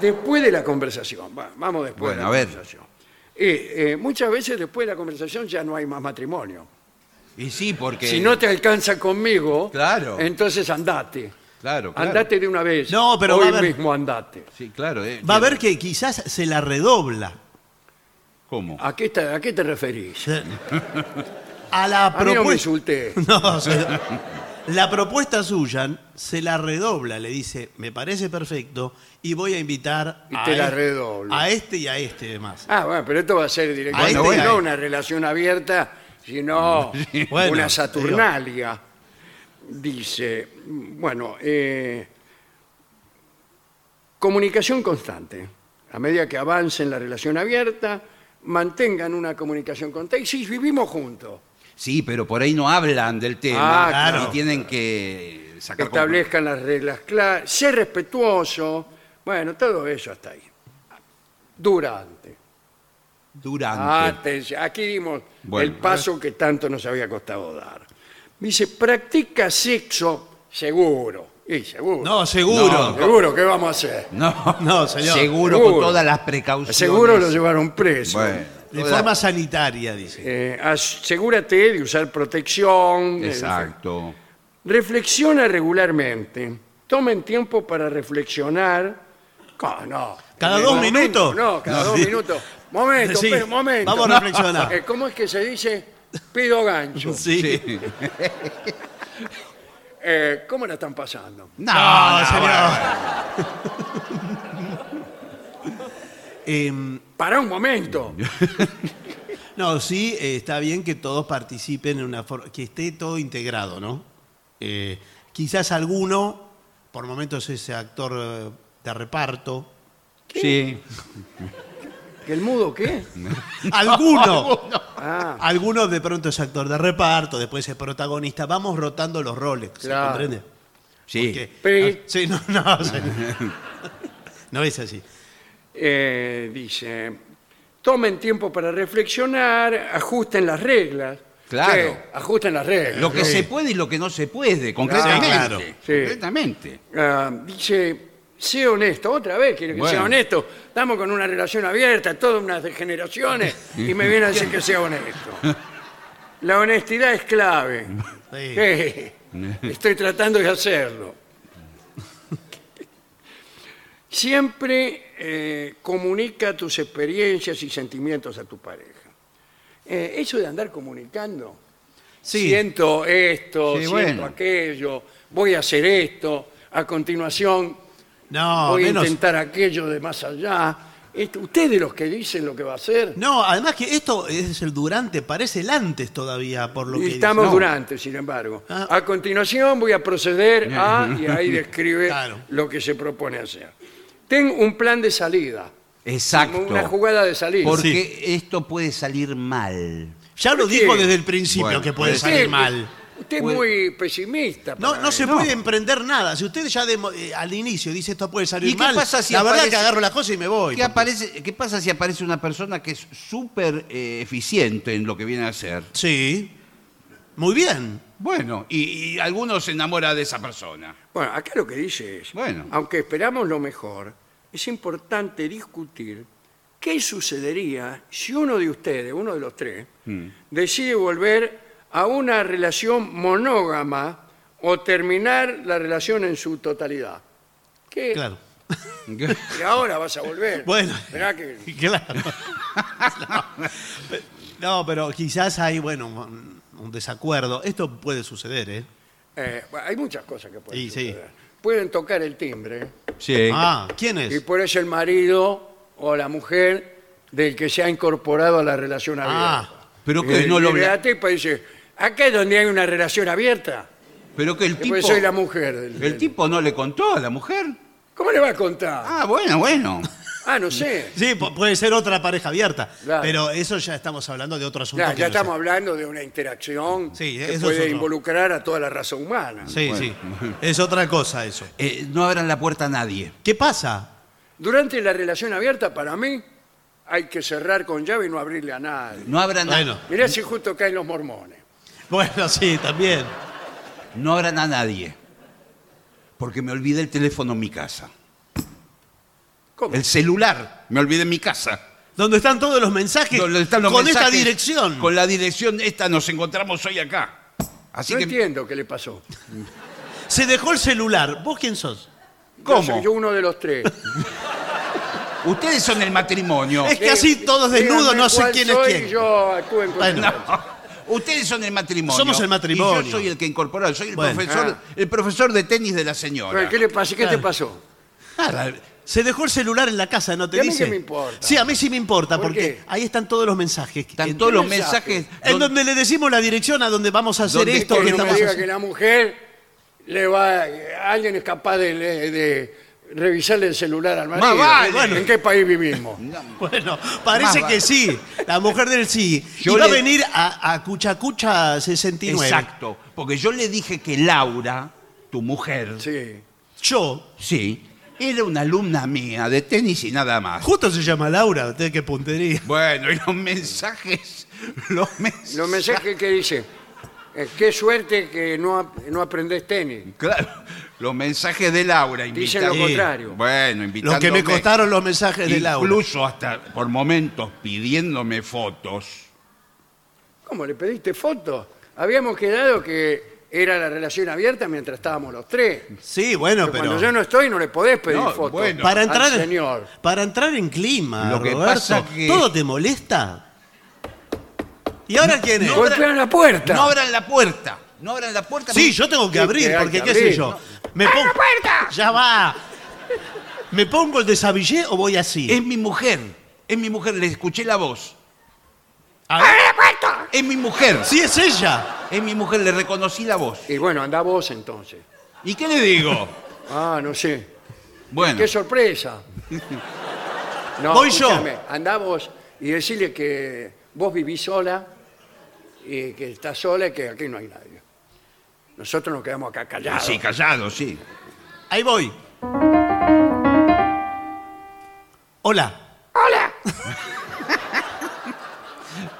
[SPEAKER 2] después de la conversación, va, vamos después de
[SPEAKER 5] Bueno,
[SPEAKER 2] la
[SPEAKER 5] a ver.
[SPEAKER 2] conversación. Eh, eh, muchas veces después de la conversación ya no hay más matrimonio.
[SPEAKER 5] Y sí, porque.
[SPEAKER 2] Si no te alcanza conmigo,
[SPEAKER 5] Claro.
[SPEAKER 2] entonces andate.
[SPEAKER 5] Claro, claro.
[SPEAKER 2] Andate de una vez.
[SPEAKER 3] No, pero va a
[SPEAKER 2] Hoy
[SPEAKER 3] haber-
[SPEAKER 2] mismo andate.
[SPEAKER 5] Sí, claro. eh,
[SPEAKER 3] Va a
[SPEAKER 5] tiene-
[SPEAKER 3] ver que quizás se la redobla.
[SPEAKER 5] ¿Cómo?
[SPEAKER 2] ¿A qué te, a qué te referís?
[SPEAKER 3] A la
[SPEAKER 2] A mí no me
[SPEAKER 3] propuesta.
[SPEAKER 2] insulté.
[SPEAKER 3] No, se- la propuesta suya se la redobla, le dice, me parece perfecto y voy a invitar
[SPEAKER 2] Y
[SPEAKER 3] a,
[SPEAKER 2] te la
[SPEAKER 3] este-
[SPEAKER 2] redoblo.
[SPEAKER 3] a este y a este demás.
[SPEAKER 2] Ah, bueno, pero esto va a ser directamente
[SPEAKER 3] Ahí está.
[SPEAKER 2] no una relación abierta, sino
[SPEAKER 3] Bueno,
[SPEAKER 2] una Saturnalia. Dice, bueno, eh, comunicación constante. A medida que avance en la relación abierta, mantengan una comunicación constante. Y si vivimos juntos,
[SPEAKER 5] Sí, pero por ahí no hablan del tema
[SPEAKER 2] Ah,
[SPEAKER 3] claro.
[SPEAKER 5] y tienen que sacar
[SPEAKER 2] establezcan las reglas claras, ser respetuoso, bueno, todo eso hasta ahí. Durante.
[SPEAKER 5] conclu- durante.
[SPEAKER 2] Atención, aquí dimos
[SPEAKER 5] Bueno.
[SPEAKER 2] el paso que tanto nos había costado dar. Dice, practica sexo seguro. Y seguro.
[SPEAKER 3] No, seguro. No,
[SPEAKER 2] seguro, ¿qué vamos a hacer?
[SPEAKER 5] no,
[SPEAKER 3] señor.
[SPEAKER 5] seguro,
[SPEAKER 2] Seguro.
[SPEAKER 5] con todas las precauciones.
[SPEAKER 2] Seguro lo llevaron preso.
[SPEAKER 5] Bueno,
[SPEAKER 3] De
[SPEAKER 5] todas-
[SPEAKER 3] forma sanitaria, dice.
[SPEAKER 2] Eh, asegúrate de usar protección. eh,
[SPEAKER 5] Exacto.
[SPEAKER 2] Reflexiona regularmente. Tomen tiempo para reflexionar. Ah, no.
[SPEAKER 3] ¿Cada
[SPEAKER 2] En
[SPEAKER 3] dos
[SPEAKER 2] el momento,
[SPEAKER 3] minutos?
[SPEAKER 2] No, cada
[SPEAKER 3] No,
[SPEAKER 2] dos
[SPEAKER 3] sí.
[SPEAKER 2] minutos. Momento,
[SPEAKER 3] Sí,
[SPEAKER 2] pero momento.
[SPEAKER 3] vamos a reflexionar.
[SPEAKER 2] Eh, ¿Cómo es que se dice? Pido gancho.
[SPEAKER 3] Sí.
[SPEAKER 2] Eh, ¿Cómo la están pasando?
[SPEAKER 5] No,
[SPEAKER 3] No,
[SPEAKER 5] no,
[SPEAKER 3] señor.
[SPEAKER 5] bueno.
[SPEAKER 3] Em,
[SPEAKER 2] Para un momento.
[SPEAKER 3] no, sí, eh, está bien que todos participen en una forma, que esté todo integrado, ¿no? Eh, quizás alguno, por momentos ese actor eh, de reparto,
[SPEAKER 5] Sí.
[SPEAKER 2] ¿Que el mudo qué?
[SPEAKER 3] alguno,
[SPEAKER 2] Ah,
[SPEAKER 3] Algunos de pronto es actor de reparto, después es protagonista. Vamos rotando los roles, ¿se
[SPEAKER 2] Claro.
[SPEAKER 3] comprende?
[SPEAKER 5] Sí.
[SPEAKER 3] Porque-
[SPEAKER 2] Sí.
[SPEAKER 3] Ah, sí, no, no, señor. No es así.
[SPEAKER 2] eh, dice, tomen tiempo para reflexionar, ajusten las reglas.
[SPEAKER 5] Claro.
[SPEAKER 2] Sí, ajusten las reglas.
[SPEAKER 5] Lo que
[SPEAKER 2] Sí.
[SPEAKER 5] se puede y lo que no se puede, concretamente.
[SPEAKER 3] claro.
[SPEAKER 2] Sí.
[SPEAKER 5] Concretamente.
[SPEAKER 2] Ah, dice, sé honesto, otra vez quiero que
[SPEAKER 5] Bueno.
[SPEAKER 2] sea honesto. Estamos con una relación abierta, todas unas generaciones, y me viene a decir que sea honesto. La honestidad es clave. Eh,
[SPEAKER 3] Sí.
[SPEAKER 2] Sí. Estoy tratando de hacerlo. Siempre eh, comunica tus experiencias y sentimientos a tu pareja. Eh, eso de andar comunicando.
[SPEAKER 3] Sí.
[SPEAKER 2] Siento esto,
[SPEAKER 5] Sí,
[SPEAKER 2] siento
[SPEAKER 5] bueno.
[SPEAKER 2] aquello, voy a hacer esto, a continuación
[SPEAKER 3] No,
[SPEAKER 2] voy
[SPEAKER 3] menos.
[SPEAKER 2] a intentar aquello de más allá. Esto- Ustedes los que dicen lo que va a hacer.
[SPEAKER 3] No, además que esto es el durante, parece el antes todavía, por lo que.
[SPEAKER 2] Y
[SPEAKER 3] dice.
[SPEAKER 2] estamos
[SPEAKER 3] No.
[SPEAKER 2] durante, sin embargo.
[SPEAKER 3] Ah.
[SPEAKER 2] A continuación voy a proceder a, y ahí describe
[SPEAKER 3] Claro.
[SPEAKER 2] lo que se propone hacer. Ten un plan de salida,
[SPEAKER 5] Exacto.
[SPEAKER 2] una jugada de salida.
[SPEAKER 5] Porque esto puede salir mal.
[SPEAKER 3] Ya lo
[SPEAKER 2] ¿Por qué?
[SPEAKER 3] dijo desde el principio
[SPEAKER 5] Bueno,
[SPEAKER 3] que puede
[SPEAKER 5] puede
[SPEAKER 2] Usted-
[SPEAKER 3] salir mal.
[SPEAKER 2] Usted es muy pesimista.
[SPEAKER 3] No,
[SPEAKER 2] para
[SPEAKER 3] no se
[SPEAKER 2] eso.
[SPEAKER 3] puede emprender nada. Si usted ya demo- eh, al inicio dice esto puede salir
[SPEAKER 5] ¿Y qué
[SPEAKER 3] mal,
[SPEAKER 5] pasa si
[SPEAKER 3] la verdad
[SPEAKER 5] aparece-
[SPEAKER 3] que agarro las cosas y me voy.
[SPEAKER 5] ¿Qué, aparece, ¿Qué pasa si aparece una persona que es súper eh, eficiente en lo que viene a hacer?
[SPEAKER 3] Sí. Muy bien.
[SPEAKER 5] Bueno, y, y alguno se enamora de esa persona.
[SPEAKER 2] Bueno, acá lo que dice es,
[SPEAKER 5] Bueno.
[SPEAKER 2] aunque esperamos lo mejor, es importante discutir qué sucedería si uno de ustedes, uno de los tres,
[SPEAKER 3] Mm.
[SPEAKER 2] decide volver a una relación monógama o terminar la relación en su totalidad. ¿Qué?
[SPEAKER 3] Claro.
[SPEAKER 2] Y ahora vas a volver.
[SPEAKER 3] Bueno.
[SPEAKER 2] Verá que
[SPEAKER 3] Claro. No. No, pero quizás hay, bueno, un, un desacuerdo. Esto puede suceder, ¿eh?
[SPEAKER 2] eh, bueno, hay muchas cosas que pueden
[SPEAKER 3] Y sí.
[SPEAKER 2] suceder. Pueden tocar el timbre ¿eh?
[SPEAKER 5] Sí.
[SPEAKER 3] Ah, ¿quién
[SPEAKER 2] y
[SPEAKER 3] es?
[SPEAKER 2] por eso el marido o la mujer del que se ha incorporado a la relación abierta.
[SPEAKER 3] Ah,
[SPEAKER 5] pero que
[SPEAKER 2] Y-
[SPEAKER 5] no
[SPEAKER 2] y
[SPEAKER 5] lo
[SPEAKER 2] Eh, la tipa dice, acá es donde hay una relación abierta.
[SPEAKER 5] Pero que el tipo.
[SPEAKER 2] Pues soy la mujer. del-
[SPEAKER 5] El
[SPEAKER 2] del-
[SPEAKER 5] tipo no le contó a la mujer.
[SPEAKER 2] ¿Cómo le va a contar? Ah,
[SPEAKER 5] Ah, bueno, bueno.
[SPEAKER 2] no sé.
[SPEAKER 3] Sí, pu- puede ser otra pareja abierta.
[SPEAKER 2] Claro.
[SPEAKER 3] Pero eso ya estamos hablando de otro asunto.
[SPEAKER 2] Ya,
[SPEAKER 3] que
[SPEAKER 2] ya
[SPEAKER 3] no sé.
[SPEAKER 2] estamos hablando de una interacción
[SPEAKER 3] Sí,
[SPEAKER 2] que
[SPEAKER 3] eso es
[SPEAKER 2] puede
[SPEAKER 3] otro.
[SPEAKER 2] involucrar a toda la raza humana.
[SPEAKER 3] Sí, sí. Es otra cosa eso.
[SPEAKER 5] Eh, no abran la puerta a nadie.
[SPEAKER 3] ¿Qué pasa?
[SPEAKER 2] Durante la relación abierta, para mí, hay que cerrar con llave y no abrirle a nadie.
[SPEAKER 5] No abran, a-
[SPEAKER 3] Bueno.
[SPEAKER 2] Mirá si justo caen los mormones.
[SPEAKER 3] Bueno, sí, también.
[SPEAKER 5] no abran a nadie. Porque me olvidé el teléfono en mi casa.
[SPEAKER 2] ¿Cómo?
[SPEAKER 5] El celular. Me olvidé en mi casa.
[SPEAKER 3] Donde están todos los mensajes
[SPEAKER 5] Donde están los
[SPEAKER 3] con esta
[SPEAKER 5] mensajes,
[SPEAKER 3] dirección.
[SPEAKER 5] Con la dirección esta nos encontramos hoy acá. Así
[SPEAKER 2] no
[SPEAKER 5] que.
[SPEAKER 2] entiendo qué le pasó.
[SPEAKER 3] Se dejó el celular. ¿Vos quién sos?
[SPEAKER 2] Yo soy
[SPEAKER 5] ¿Cómo?
[SPEAKER 2] yo uno de los tres.
[SPEAKER 5] Ustedes son el matrimonio.
[SPEAKER 3] Es que así todos desnudos,
[SPEAKER 2] Díganme
[SPEAKER 3] no sé
[SPEAKER 2] cuál
[SPEAKER 3] quién es
[SPEAKER 2] soy
[SPEAKER 3] quién.
[SPEAKER 2] y Yo actúo en
[SPEAKER 3] Bueno.
[SPEAKER 2] consecuencia.
[SPEAKER 5] Ustedes son el matrimonio.
[SPEAKER 3] Somos el matrimonio.
[SPEAKER 5] Y yo soy el que incorporó, soy el
[SPEAKER 3] Bueno. Ah.
[SPEAKER 5] profesor, el profesor de tenis de la señora.
[SPEAKER 2] Bueno, ¿Qué le pasó? ¿Qué
[SPEAKER 3] Claro.
[SPEAKER 2] te pasó?
[SPEAKER 3] Nada, Se dejó el celular en la casa, ¿no
[SPEAKER 2] ¿Y
[SPEAKER 3] te
[SPEAKER 2] a mí
[SPEAKER 3] dice?
[SPEAKER 2] qué me importa?
[SPEAKER 3] Sí, a mí sí me importa,
[SPEAKER 2] ¿Por
[SPEAKER 3] porque
[SPEAKER 2] qué?
[SPEAKER 3] ahí están todos los mensajes.
[SPEAKER 5] Están
[SPEAKER 3] en,
[SPEAKER 5] todos los
[SPEAKER 2] mensaje?
[SPEAKER 5] mensajes
[SPEAKER 3] en donde le decimos la dirección a donde vamos a hacer
[SPEAKER 5] ¿Dónde
[SPEAKER 3] esto
[SPEAKER 5] estoy?
[SPEAKER 2] que
[SPEAKER 3] que
[SPEAKER 2] no me
[SPEAKER 3] estamos
[SPEAKER 2] diga
[SPEAKER 3] haciendo.
[SPEAKER 2] que la mujer le va alguien es capaz de, de revisarle el celular al marido.
[SPEAKER 5] Más vale.
[SPEAKER 2] Bueno, ¿En qué país vivimos?
[SPEAKER 3] Bueno, parece
[SPEAKER 5] Más vale.
[SPEAKER 3] que sí. La mujer del sí.
[SPEAKER 5] Yo
[SPEAKER 3] y va a
[SPEAKER 5] le-
[SPEAKER 3] venir a, a Cuchacucha 69.
[SPEAKER 5] Exacto, porque yo le dije que Laura, tu mujer, sí.
[SPEAKER 2] Sí.
[SPEAKER 3] Yo,
[SPEAKER 5] era una alumna mía de tenis y nada más.
[SPEAKER 3] justo se llama Laura, usted qué puntería.
[SPEAKER 5] Bueno, y los mensajes, los mensajes.
[SPEAKER 2] Los mensajes que dice, eh, qué suerte que no, ap- no aprendés tenis.
[SPEAKER 5] Claro, los mensajes de Laura
[SPEAKER 2] Dicen lo
[SPEAKER 5] invitándome-
[SPEAKER 2] contrario.
[SPEAKER 5] Bueno, invitándome.
[SPEAKER 3] Los que me costaron los mensajes de Laura.
[SPEAKER 5] Incluso hasta por momentos pidiéndome fotos.
[SPEAKER 2] ¿Cómo le pediste fotos? Habíamos quedado que era la relación abierta mientras estábamos los tres.
[SPEAKER 3] Sí, bueno,
[SPEAKER 2] Pero
[SPEAKER 3] pero.
[SPEAKER 2] cuando yo no estoy no le podés pedir
[SPEAKER 5] No,
[SPEAKER 2] fotos.
[SPEAKER 5] bueno.
[SPEAKER 3] Para
[SPEAKER 2] al
[SPEAKER 3] entrar,
[SPEAKER 2] señor.
[SPEAKER 3] para entrar en clima,
[SPEAKER 5] Lo que
[SPEAKER 3] Roberto,
[SPEAKER 5] pasa que-
[SPEAKER 3] ¿todo te molesta? ¿Y ahora quién es?
[SPEAKER 5] No,
[SPEAKER 2] Golpean la puerta.
[SPEAKER 5] No abran la puerta. No abran la puerta.
[SPEAKER 3] sí,
[SPEAKER 5] porque-
[SPEAKER 3] yo tengo que
[SPEAKER 2] Sí,
[SPEAKER 3] abrir,
[SPEAKER 2] que hay
[SPEAKER 3] porque
[SPEAKER 2] que
[SPEAKER 3] qué
[SPEAKER 2] abrir,
[SPEAKER 3] sé yo.
[SPEAKER 2] ¿no?
[SPEAKER 3] Me pongo... ¡Ya va! ¿Me pongo el desabillé o voy así?
[SPEAKER 5] Es mi mujer. Es mi mujer. Le escuché la voz.
[SPEAKER 3] A ver,
[SPEAKER 5] Es mi mujer.
[SPEAKER 3] Sí, es ella.
[SPEAKER 5] Es mi mujer. Le reconocí la voz.
[SPEAKER 2] Y bueno, andá vos entonces.
[SPEAKER 5] ¿Y qué le digo?
[SPEAKER 2] Ah, no sé.
[SPEAKER 5] Bueno.
[SPEAKER 2] ¡Qué sorpresa! No,
[SPEAKER 3] Voy yo.
[SPEAKER 2] escúchame, Andá vos y decirle que vos vivís sola y que estás sola y que aquí no hay nadie. Nosotros nos quedamos acá callados.
[SPEAKER 5] Sí, callado, sí.
[SPEAKER 3] Ahí voy. Hola.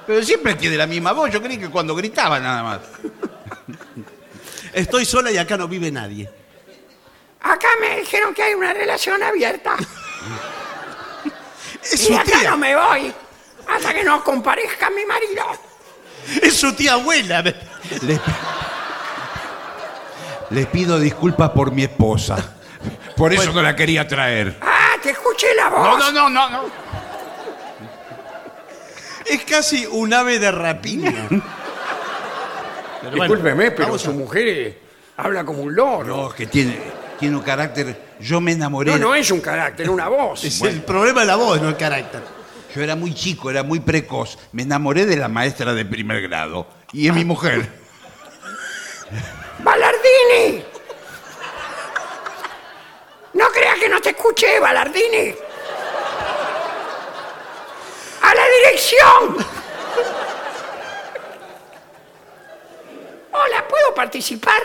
[SPEAKER 5] Pero siempre tiene la misma voz. Yo creí que cuando gritaba nada más.
[SPEAKER 3] Estoy sola y acá no vive nadie.
[SPEAKER 4] Acá me dijeron que hay una relación abierta.
[SPEAKER 3] Es
[SPEAKER 4] Y
[SPEAKER 3] su
[SPEAKER 4] acá no
[SPEAKER 3] tía.
[SPEAKER 4] me voy hasta que no comparezca mi marido.
[SPEAKER 3] Es su tía abuela.
[SPEAKER 5] Les, les pido disculpas por mi esposa. Por eso no la quería traer.
[SPEAKER 4] Ah, te escuché la voz.
[SPEAKER 5] No, no, no, no, no.
[SPEAKER 3] Es casi un ave de rapiña. Pero bueno,
[SPEAKER 2] Discúlpeme, pero
[SPEAKER 3] vamos
[SPEAKER 2] su
[SPEAKER 3] a-
[SPEAKER 2] mujer eh, habla como un loro.
[SPEAKER 5] No, es que tiene, tiene un carácter. Yo me enamoré.
[SPEAKER 2] No, no es un carácter, es una voz.
[SPEAKER 3] Es el problema de la voz, no el carácter.
[SPEAKER 5] Yo era muy chico, era muy precoz. Me enamoré de la maestra de primer grado. Y es mi mujer.
[SPEAKER 4] ¡Balardini! No creas que no te escuché, Balardini. ¡A la dirección! Hola, ¿puedo participar?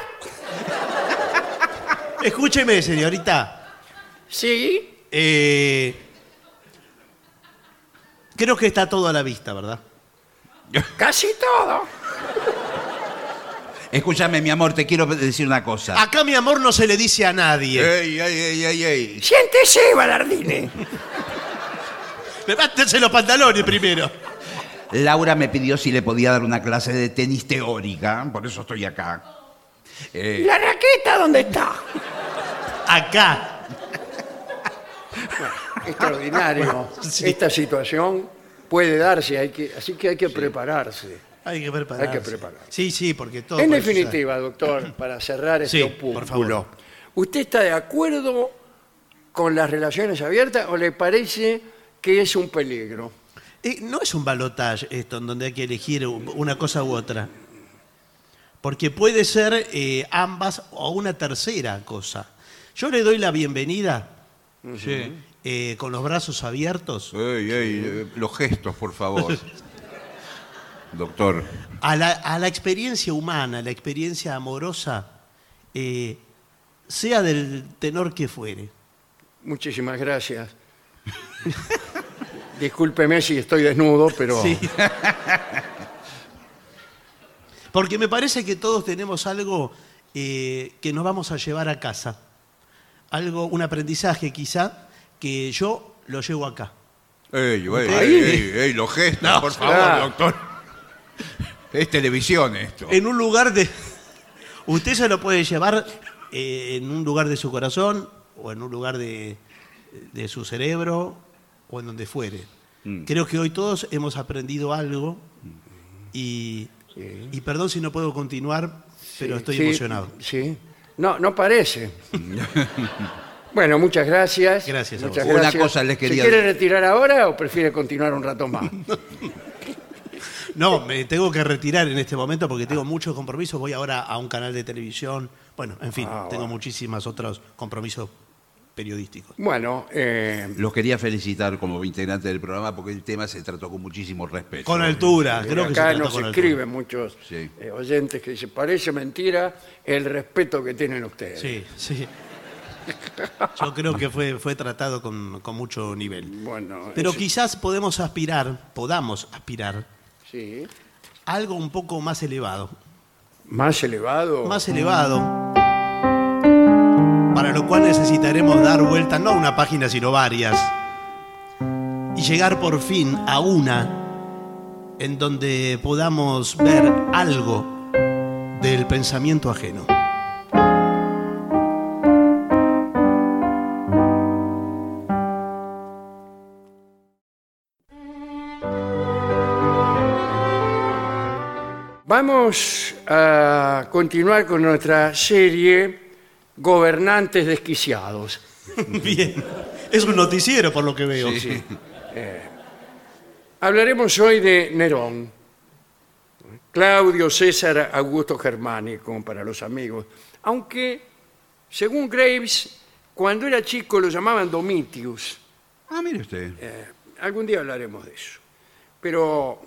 [SPEAKER 3] Escúcheme, señorita.
[SPEAKER 2] Sí,
[SPEAKER 3] eh, creo que está todo a la vista, ¿verdad?
[SPEAKER 2] casi todo.
[SPEAKER 5] Escúchame, mi amor, te quiero decir una
[SPEAKER 2] Ah.
[SPEAKER 5] cosa.
[SPEAKER 3] Acá mi amor no se le dice a
[SPEAKER 2] Eh.
[SPEAKER 3] nadie.
[SPEAKER 5] Ey, ey, ey, ey, ey.
[SPEAKER 4] Siéntese, Balardini.
[SPEAKER 3] Levántense los pantalones primero.
[SPEAKER 5] Laura me pidió si le podía dar una clase de tenis teórica, por eso estoy acá. Eh,
[SPEAKER 4] ¿La raqueta dónde está?
[SPEAKER 3] Acá.
[SPEAKER 2] Extraordinario.
[SPEAKER 3] Sí.
[SPEAKER 2] Esta situación puede darse, hay que, así que hay que prepararse.
[SPEAKER 3] Hay que prepararse.
[SPEAKER 2] Hay que prepararse.
[SPEAKER 3] Sí, sí, porque todo.
[SPEAKER 2] En
[SPEAKER 3] puede suceder.
[SPEAKER 2] definitiva, doctor, para cerrar este
[SPEAKER 3] Sí,
[SPEAKER 2] opúsculo,
[SPEAKER 3] por favor.
[SPEAKER 2] ¿usted está de acuerdo con las relaciones abiertas o le parece que es un peligro?
[SPEAKER 3] Eh, no es un balotaje esto, en donde hay que elegir u- una cosa u otra. Porque puede ser eh, ambas o una tercera cosa. Yo le doy la bienvenida eh, con los brazos abiertos
[SPEAKER 5] ey, ey, eh, los gestos, por favor. Doctor.
[SPEAKER 3] a la, a la experiencia humana, la experiencia amorosa, eh, sea del tenor que fuere.
[SPEAKER 2] Muchísimas gracias. Discúlpeme si estoy desnudo, pero
[SPEAKER 3] Sí. Porque me parece que todos tenemos algo eh, que nos vamos a llevar a casa. Algo, un aprendizaje quizá, que yo lo llevo acá.
[SPEAKER 5] Ey, ey,
[SPEAKER 3] Ahí.
[SPEAKER 5] los gestos, por
[SPEAKER 2] claro.
[SPEAKER 5] doctor. Es televisión esto.
[SPEAKER 3] En un lugar de. Usted se lo puede llevar eh, en un lugar de su corazón, o en un lugar de, de su cerebro, o en donde fuere.
[SPEAKER 2] Mm.
[SPEAKER 3] Creo que hoy todos hemos aprendido algo y. Y perdón si no puedo continuar, pero estoy
[SPEAKER 2] Mm. Sí,
[SPEAKER 3] emocionado.
[SPEAKER 2] Sí. No, no parece. bueno, muchas gracias.
[SPEAKER 3] Gracias a
[SPEAKER 2] Muchas
[SPEAKER 5] vos. Una
[SPEAKER 2] gracias.
[SPEAKER 5] cosa les quería
[SPEAKER 2] ¿Se quiere
[SPEAKER 5] decir.
[SPEAKER 2] retirar ahora o prefiere continuar un rato más?
[SPEAKER 3] No, me tengo que retirar en este momento porque tengo muchos compromisos. Voy ahora a un canal de televisión. Bueno, en fin,
[SPEAKER 2] Ah,
[SPEAKER 3] tengo muchísimos otros compromisos periodísticos.
[SPEAKER 2] Bueno, eh,
[SPEAKER 5] Los quería felicitar como integrante del programa porque el tema se trató con muchísimo respeto.
[SPEAKER 3] Con altura, creo que se
[SPEAKER 2] acá
[SPEAKER 3] trató
[SPEAKER 2] nos
[SPEAKER 3] con altura.
[SPEAKER 2] escriben muchos
[SPEAKER 5] Sí.
[SPEAKER 2] eh, oyentes que dicen, parece mentira el respeto que tienen ustedes.
[SPEAKER 3] Sí, sí. Yo creo que fue, fue tratado con, con mucho nivel.
[SPEAKER 2] Bueno, eh,
[SPEAKER 3] Pero
[SPEAKER 2] es-
[SPEAKER 3] quizás podemos aspirar, podamos aspirar
[SPEAKER 2] sí.
[SPEAKER 3] a algo un poco más elevado.
[SPEAKER 2] Más elevado.
[SPEAKER 3] Más elevado. Para lo cual necesitaremos dar vuelta no a una página, sino varias. Y llegar por fin a una en donde podamos ver algo del pensamiento ajeno.
[SPEAKER 2] Vamos a continuar con nuestra serie Gobernantes Desquiciados.
[SPEAKER 3] Bien. Es un noticiero por lo que veo.
[SPEAKER 2] Hablaremos hoy de Nerón, Claudio César Augusto Germánico, para los amigos. Aunque, según Graves, cuando era chico lo llamaban Domitius.
[SPEAKER 5] Ah, mire usted.
[SPEAKER 6] Eh,
[SPEAKER 2] Eh, Algún día hablaremos de eso. Pero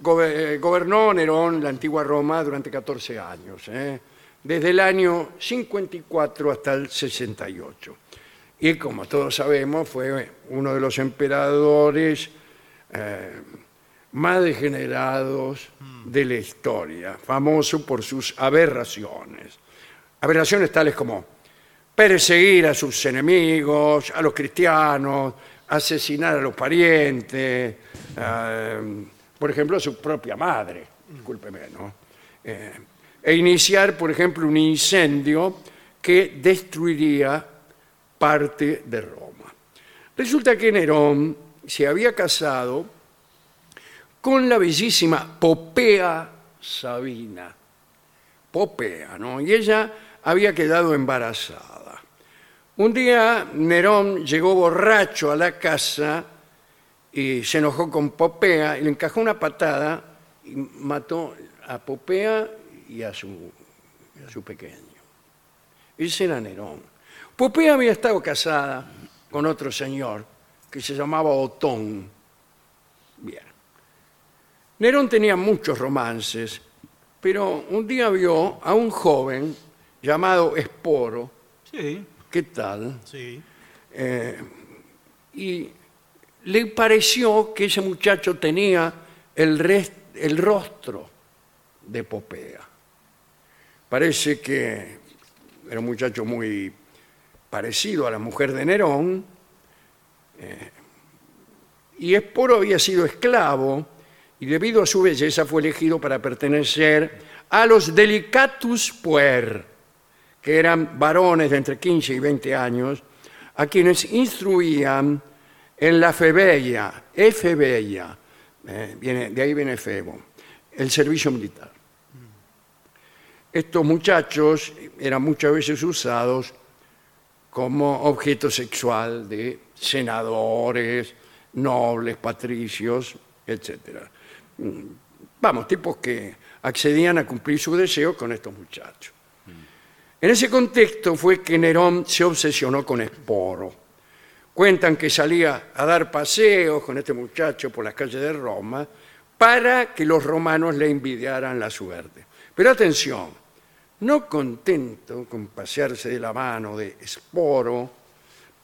[SPEAKER 2] gobe- eh, gobernó Nerón la antigua Roma durante 14 años, ¿eh? desde el año 54 hasta el 68. Y como todos sabemos, fue uno de los emperadores eh, más degenerados de la historia, famoso por sus aberraciones. Aberraciones tales como perseguir a sus enemigos, a los cristianos, asesinar a los parientes, eh, por ejemplo, a su propia madre, discúlpeme, ¿no? Eh, e iniciar, por ejemplo, un incendio que destruiría parte de Roma. Resulta que Nerón se había casado con la bellísima Popea Sabina. Popea, ¿no? Y ella había quedado embarazada. Un día Nerón llegó borracho a la casa y se enojó con Popea y le encajó una patada y mató a Popea y a su, y a su pequeño. Ese era Nerón. Popea había estado casada con otro señor que se llamaba Otón. Bien. Nerón tenía muchos romances, pero un día vio a un joven llamado Esporo,
[SPEAKER 5] Sí,
[SPEAKER 2] ¿qué tal?
[SPEAKER 3] Sí.
[SPEAKER 2] Eh, y le pareció que ese muchacho tenía el, res- el rostro de Popea. Parece que era un muchacho muy parecido a la mujer de Nerón, eh, y Esporo había sido esclavo y debido a su belleza fue elegido para pertenecer a los Delicatus Puer que eran varones de entre 15 y 20 años, a quienes instruían en la febeya, efebeya, eh, viene, de ahí viene febo, el servicio militar. Estos muchachos eran muchas veces usados como objeto sexual de senadores, nobles, patricios, etc. Vamos, tipos que accedían a cumplir sus deseos con estos muchachos. En ese contexto fue que Nerón se obsesionó con Esporo. Cuentan que salía a dar paseos con este muchacho por las calles de Roma para que los romanos le envidiaran la suerte. Pero atención, no contento con pasearse de la mano de Esporo,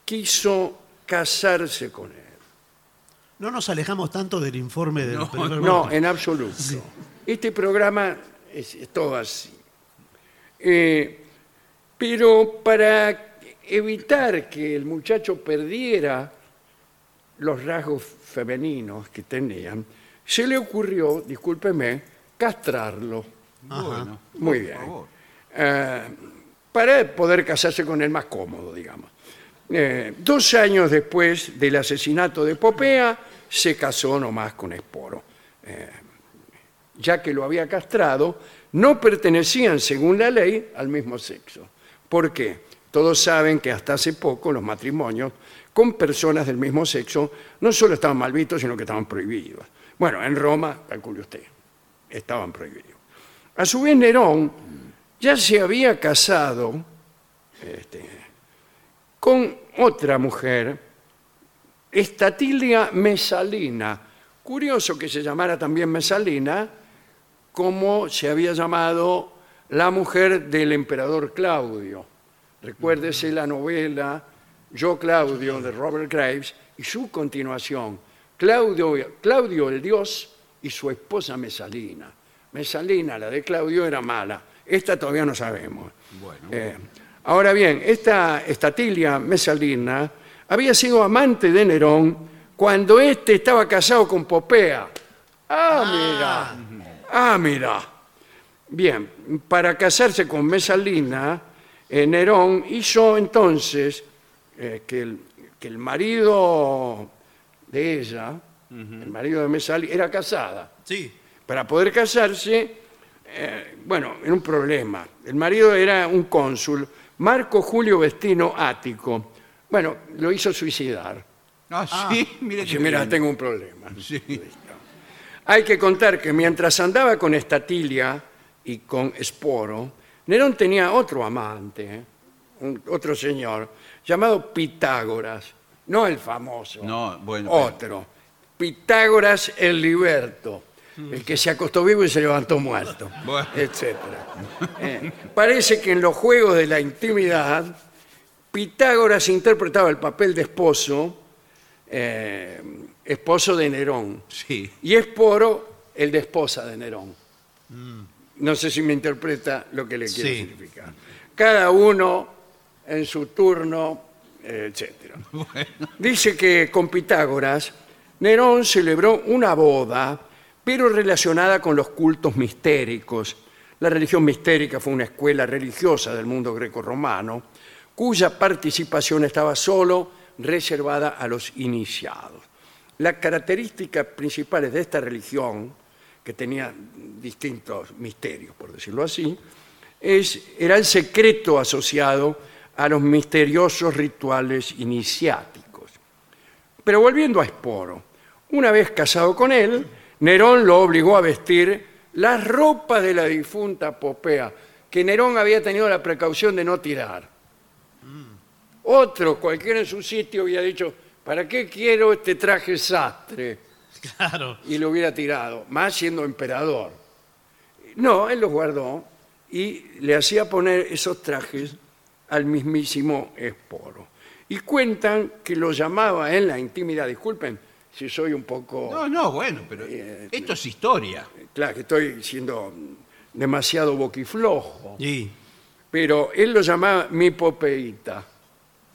[SPEAKER 2] quiso casarse con él.
[SPEAKER 3] No nos alejamos tanto del informe del profesor
[SPEAKER 2] No,
[SPEAKER 3] Mota.
[SPEAKER 2] en absoluto. Este programa es, es todo así. Eh, pero para evitar que el muchacho perdiera los rasgos femeninos que tenían, se le ocurrió, discúlpeme, castrarlo.
[SPEAKER 3] Ajá.
[SPEAKER 5] bueno.
[SPEAKER 2] Muy
[SPEAKER 5] por
[SPEAKER 2] bien.
[SPEAKER 5] favor.
[SPEAKER 2] Eh, para poder casarse con el más cómodo, digamos. Eh, dos años después del asesinato de Popea, se casó nomás con Esporo. Eh, ya que lo había castrado, no pertenecían, según la ley, al mismo sexo. ¿Por qué? Todos saben que hasta hace poco los matrimonios con personas del mismo sexo no solo estaban mal vistos, sino que estaban prohibidos. Bueno, en Roma, calcule usted, estaban prohibidos. A su vez, Nerón ya se había casado este, con otra mujer, Estatilia Mesalina. Curioso que se llamara también Mesalina, como se había llamado la mujer del emperador Claudio. Recuérdese la novela Yo Claudio de Robert Graves y su continuación, Claudio, Claudio el Dios y su esposa Mesalina. Mesalina, la de Claudio, era mala. Esta todavía no sabemos. Eh, ahora bien, esta estatilia Mesalina había sido amante de Nerón cuando éste estaba casado con Popea. Ah, mira. Ah, mira. Bien, para casarse con Mesalina, eh, Nerón hizo entonces eh, que, el, que el marido de ella, el marido de Mesalina, era casada
[SPEAKER 3] Sí.
[SPEAKER 2] para poder casarse, eh, bueno, era un problema. El marido era un cónsul, Marco Julio Vestino Ático. Bueno, lo hizo suicidar.
[SPEAKER 5] Ah, sí, mire
[SPEAKER 2] Dice,
[SPEAKER 5] que
[SPEAKER 2] mira,
[SPEAKER 5] bien.
[SPEAKER 2] tengo un problema.
[SPEAKER 5] Sí.
[SPEAKER 2] Hay que contar que mientras andaba con Estatilia y con Esporo, Nerón tenía otro amante, ¿eh? Un- otro señor, llamado Pitágoras, no el famoso,
[SPEAKER 5] No, bueno,
[SPEAKER 2] otro, Pitágoras el liberto, el que se acostó vivo y se levantó muerto,
[SPEAKER 5] Bueno.
[SPEAKER 2] etc. parece que en los juegos de la intimidad, Pitágoras interpretaba el papel de esposo, eh, esposo de Nerón
[SPEAKER 5] Sí.
[SPEAKER 2] y Esporo el de esposa de Nerón. No sé si me interpreta lo que le quiero
[SPEAKER 3] Sí.
[SPEAKER 2] significar. Cada uno en su turno, etcétera. Dice que con Pitágoras, Nerón celebró una boda, pero relacionada con los cultos mistéricos. La religión mistérica fue una escuela religiosa del mundo greco-romano, cuya participación estaba solo reservada a los iniciados. Las características principales de esta religión, que tenía distintos misterios, por decirlo así, es, era el secreto asociado a los misteriosos rituales iniciáticos. Pero volviendo a Esporo, una vez casado con él, Nerón lo obligó a vestir las ropas de la difunta Popea, que Nerón había tenido la precaución de no tirar. Otro, cualquiera en su sitio, había dicho, ¿para qué quiero este traje sastre?
[SPEAKER 3] Claro.
[SPEAKER 2] Y lo hubiera tirado, más siendo emperador. No, él los guardó y le hacía poner esos trajes al mismísimo Esporo. Y cuentan que lo llamaba en la intimidad, disculpen si soy un poco...
[SPEAKER 5] No, no, bueno, pero
[SPEAKER 2] Eh,
[SPEAKER 5] esto es historia.
[SPEAKER 2] Claro, que estoy siendo demasiado boquiflojo.
[SPEAKER 3] Sí.
[SPEAKER 2] Pero él lo llamaba mi popeíta.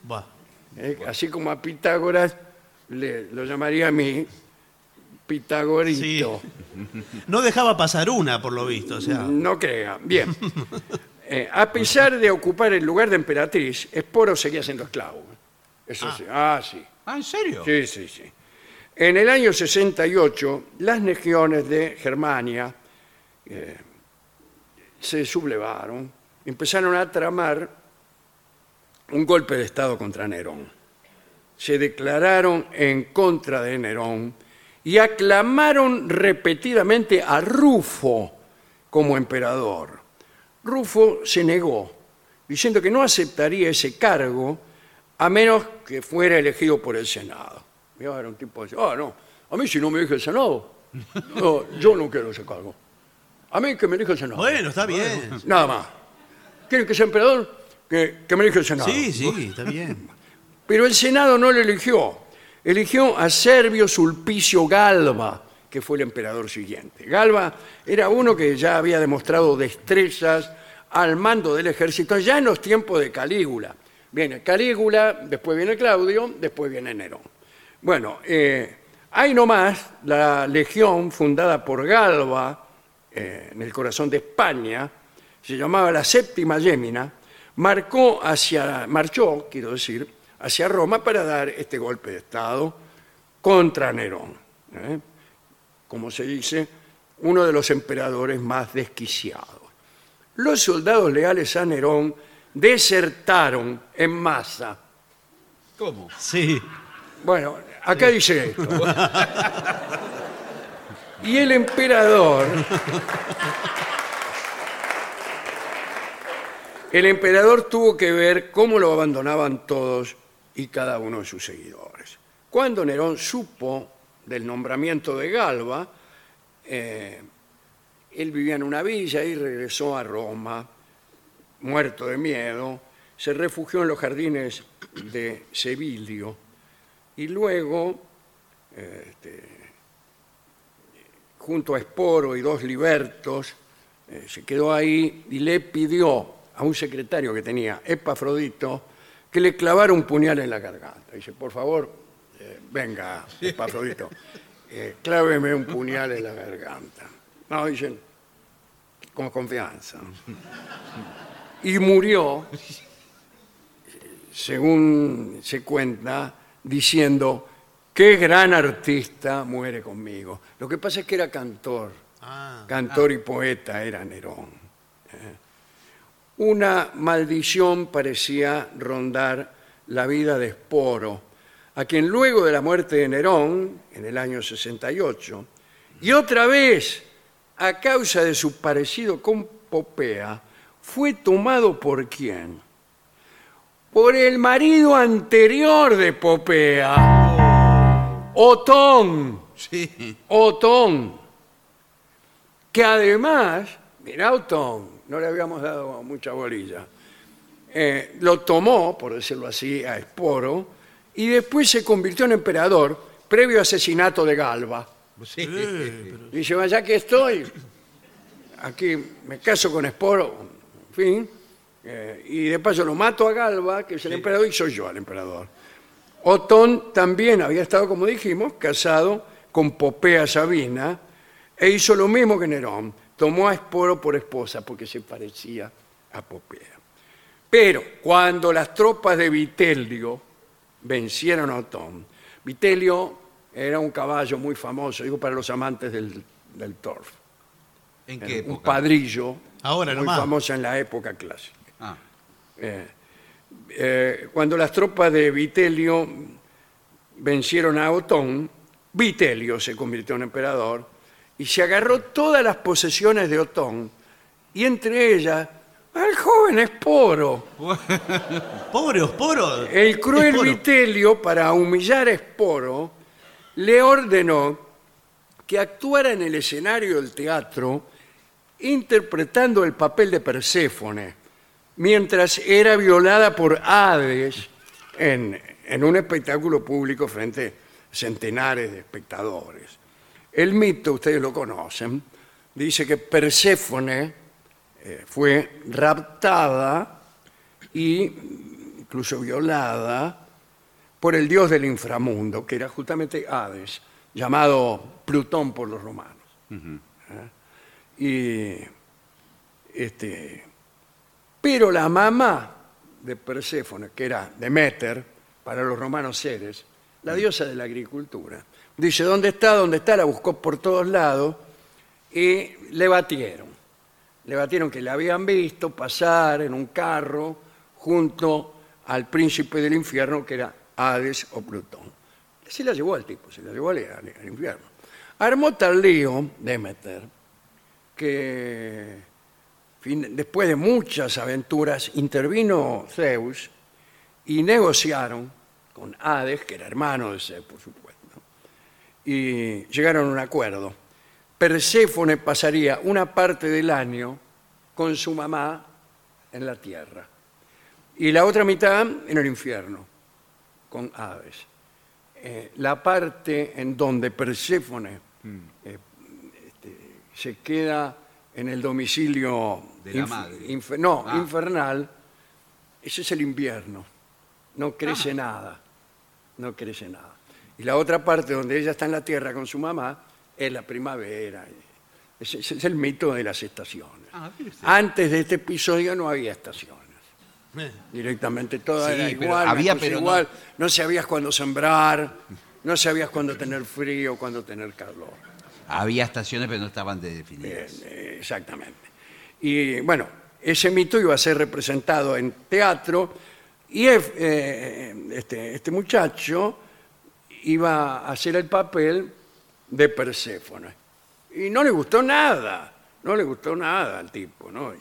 [SPEAKER 3] Buah.
[SPEAKER 2] ¿eh? Así como a Pitágoras le, lo llamaría mi pitagorito.
[SPEAKER 3] No dejaba pasar una, por lo visto. O sea,
[SPEAKER 2] No crea. Bien. Eh, a pesar de ocupar el lugar de emperatriz, Esporo seguía siendo esclavo. Eso sí. Ah, sí.
[SPEAKER 5] Ah, ¿en serio?
[SPEAKER 2] Sí, sí, sí. En el año 68, las legiones de Germania eh, se sublevaron, empezaron a tramar un golpe de Estado contra Nerón. Se declararon en contra de Nerón y aclamaron repetidamente a Rufo como emperador. Rufo se negó, diciendo que no aceptaría ese cargo a menos que fuera elegido por el Senado. Yo era un tipo que decía, ah, no, a mí si no me elige el Senado, no, yo no quiero ese cargo. A mí que me elija el Senado.
[SPEAKER 3] bueno, está bien.
[SPEAKER 2] Nada más. ¿Quieren que sea emperador? Que, que me elija el Senado.
[SPEAKER 3] Sí, sí, está bien.
[SPEAKER 2] Pero el Senado no lo eligió. Eligió a Servio Sulpicio Galba, que fue el emperador siguiente. Galba era uno que ya había demostrado destrezas al mando del ejército ya en los tiempos de Calígula. Viene Calígula, después viene Claudio, después viene Nerón. Bueno, eh, hay nomás la legión fundada por Galba eh, en el corazón de España, se llamaba la séptima Gémina, marcó hacia, marchó, quiero decir, hacia Roma para dar este golpe de Estado contra Nerón, ¿eh? como se dice, uno de los emperadores más desquiciados. Los soldados leales a Nerón desertaron en masa.
[SPEAKER 5] ¿Cómo?
[SPEAKER 3] Sí.
[SPEAKER 2] Bueno, acá dice esto. Y el emperador. El emperador tuvo que ver cómo lo abandonaban todos y cada uno de sus seguidores. Cuando Nerón supo del nombramiento de Galba, eh, él vivía en una villa y regresó a Roma, muerto de miedo, se refugió en los jardines de Sevilio y luego, eh, este, junto a Esporo y dos libertos, eh, se quedó ahí y le pidió a un secretario que tenía, Epafrodito, que le clavara un puñal en la garganta. Dice, por favor, eh, venga, Epafrodito, eh, cláveme un puñal en la garganta. No, dicen, con confianza. Y murió según se cuenta, diciendo, qué gran artista muere conmigo. Lo que pasa es que era cantor,
[SPEAKER 3] Ah,
[SPEAKER 2] cantor y poeta era Nerón. ¿eh? Una maldición parecía rondar la vida de Esporo, a quien luego de la muerte de Nerón, en el año 68, y otra vez, a causa de su parecido con Popea, fue tomado por quién? por el marido anterior de Popea, Otón,
[SPEAKER 5] Sí.
[SPEAKER 2] Otón, que además, mirá Otón, no le habíamos dado mucha bolilla, eh, lo tomó, por decirlo así, a Esporo, y después se convirtió en emperador previo asesinato de Galba.
[SPEAKER 5] Sí.
[SPEAKER 2] Dice, vaya que estoy, aquí me caso con Esporo, en fin, eh, y de paso lo mato a Galba, que es el emperador, y soy yo el emperador. Otón también había estado, como dijimos, casado con Popea Sabina, e hizo lo mismo que Nerón, tomó a Esporo por esposa, porque se parecía a Popea. Pero cuando las tropas de Vitelio vencieron a Otón. Vitelio era un caballo muy famoso, digo, para los amantes del, del torf.
[SPEAKER 5] ¿En
[SPEAKER 2] Era
[SPEAKER 5] qué
[SPEAKER 2] un
[SPEAKER 5] época?
[SPEAKER 2] padrillo
[SPEAKER 3] Ahora
[SPEAKER 2] muy
[SPEAKER 3] nomás.
[SPEAKER 2] famoso en la época clásica.
[SPEAKER 5] Ah,
[SPEAKER 2] Eh, eh, cuando las tropas de Vitelio vencieron a Otón, Vitelio se convirtió en emperador y se agarró todas las posesiones de Otón y entre ellas al joven Esporo.
[SPEAKER 3] Pobre Osporo.
[SPEAKER 2] El cruel
[SPEAKER 3] Esporo.
[SPEAKER 2] Vitelio, para humillar a Esporo, le ordenó que actuara en el escenario del teatro interpretando el papel de Perséfone, mientras era violada por Hades en, en un espectáculo público frente a centenares de espectadores. El mito, ustedes lo conocen, dice que Perséfone eh, fue raptada y incluso violada por el dios del inframundo, que era justamente Hades, llamado Plutón por los romanos. ¿Eh? Y este, pero la mamá de Perséfone, que era Demeter, para los romanos Ceres, la diosa de la agricultura, dice, ¿dónde está? ¿Dónde está? La buscó por todos lados y le batieron. Le batieron que la habían visto pasar en un carro junto al príncipe del infierno, que era Hades o Plutón. Se la llevó al tipo, se la llevó al, al- al infierno. Armó tal lío, Demeter, que fin- después de muchas aventuras intervino Zeus y negociaron con Hades, que era hermano de Zeus, por supuesto, y llegaron a un acuerdo. Perséfone pasaría una parte del año con su mamá en la tierra y la otra mitad en el infierno con Hades. Eh, la parte en donde Perséfone
[SPEAKER 5] Mm.
[SPEAKER 2] eh, este, se queda en el domicilio
[SPEAKER 5] De la madre.
[SPEAKER 2] infer- no,
[SPEAKER 5] Ah.
[SPEAKER 2] infernal, ese es el invierno. No crece
[SPEAKER 5] Ah.
[SPEAKER 2] nada. No crece nada. Y la otra parte donde ella está en la tierra con su mamá es la primavera. Ese, ese es el mito de las estaciones.
[SPEAKER 5] Ah, mire usted.
[SPEAKER 2] Antes de este episodio no había estaciones.
[SPEAKER 3] Eh,
[SPEAKER 2] Directamente todo
[SPEAKER 5] Sí,
[SPEAKER 2] era
[SPEAKER 5] pero
[SPEAKER 2] igual,
[SPEAKER 5] había,
[SPEAKER 2] había,
[SPEAKER 5] pero no.
[SPEAKER 2] igual. No. sabías cuándo sembrar, no sabías cuándo tener frío, cuándo tener calor.
[SPEAKER 5] había estaciones, pero no estaban de-
[SPEAKER 2] Eh,
[SPEAKER 5] definidas.
[SPEAKER 2] eh, exactamente. Y bueno, ese mito iba a ser representado en teatro y ef- eh, este, este muchacho iba a hacer el papel de Perséfone. Y no le gustó nada, no le gustó nada al tipo, ¿no?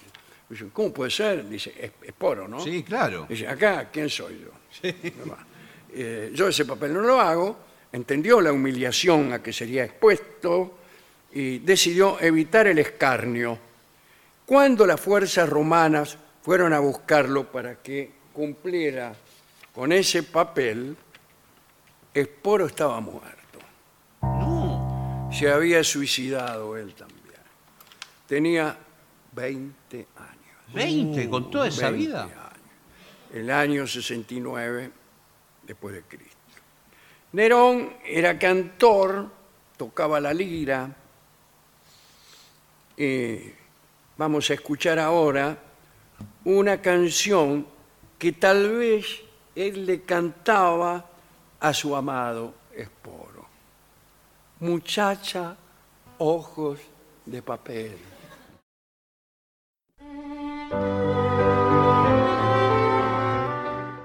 [SPEAKER 2] Dice, ¿cómo puede ser? Dice, es, es poro, ¿no?
[SPEAKER 5] Sí, claro.
[SPEAKER 2] Dice, acá, ¿quién soy yo? Nomás. Eh, yo ese papel no lo hago, entendió la humillación a que sería expuesto y decidió evitar el escarnio. Cuando las fuerzas romanas fueron a buscarlo para que cumpliera con ese papel, Esporo estaba muerto.
[SPEAKER 5] No.
[SPEAKER 2] Se había suicidado él también. Tenía 20 años.
[SPEAKER 5] 20, con toda esa
[SPEAKER 2] 20
[SPEAKER 5] vida.
[SPEAKER 2] años. El año 69 después de Cristo. Nerón era cantor, tocaba la lira. Eh, vamos a escuchar ahora una canción que tal vez él le cantaba a su amado Esporo. Muchacha, ojos de papel.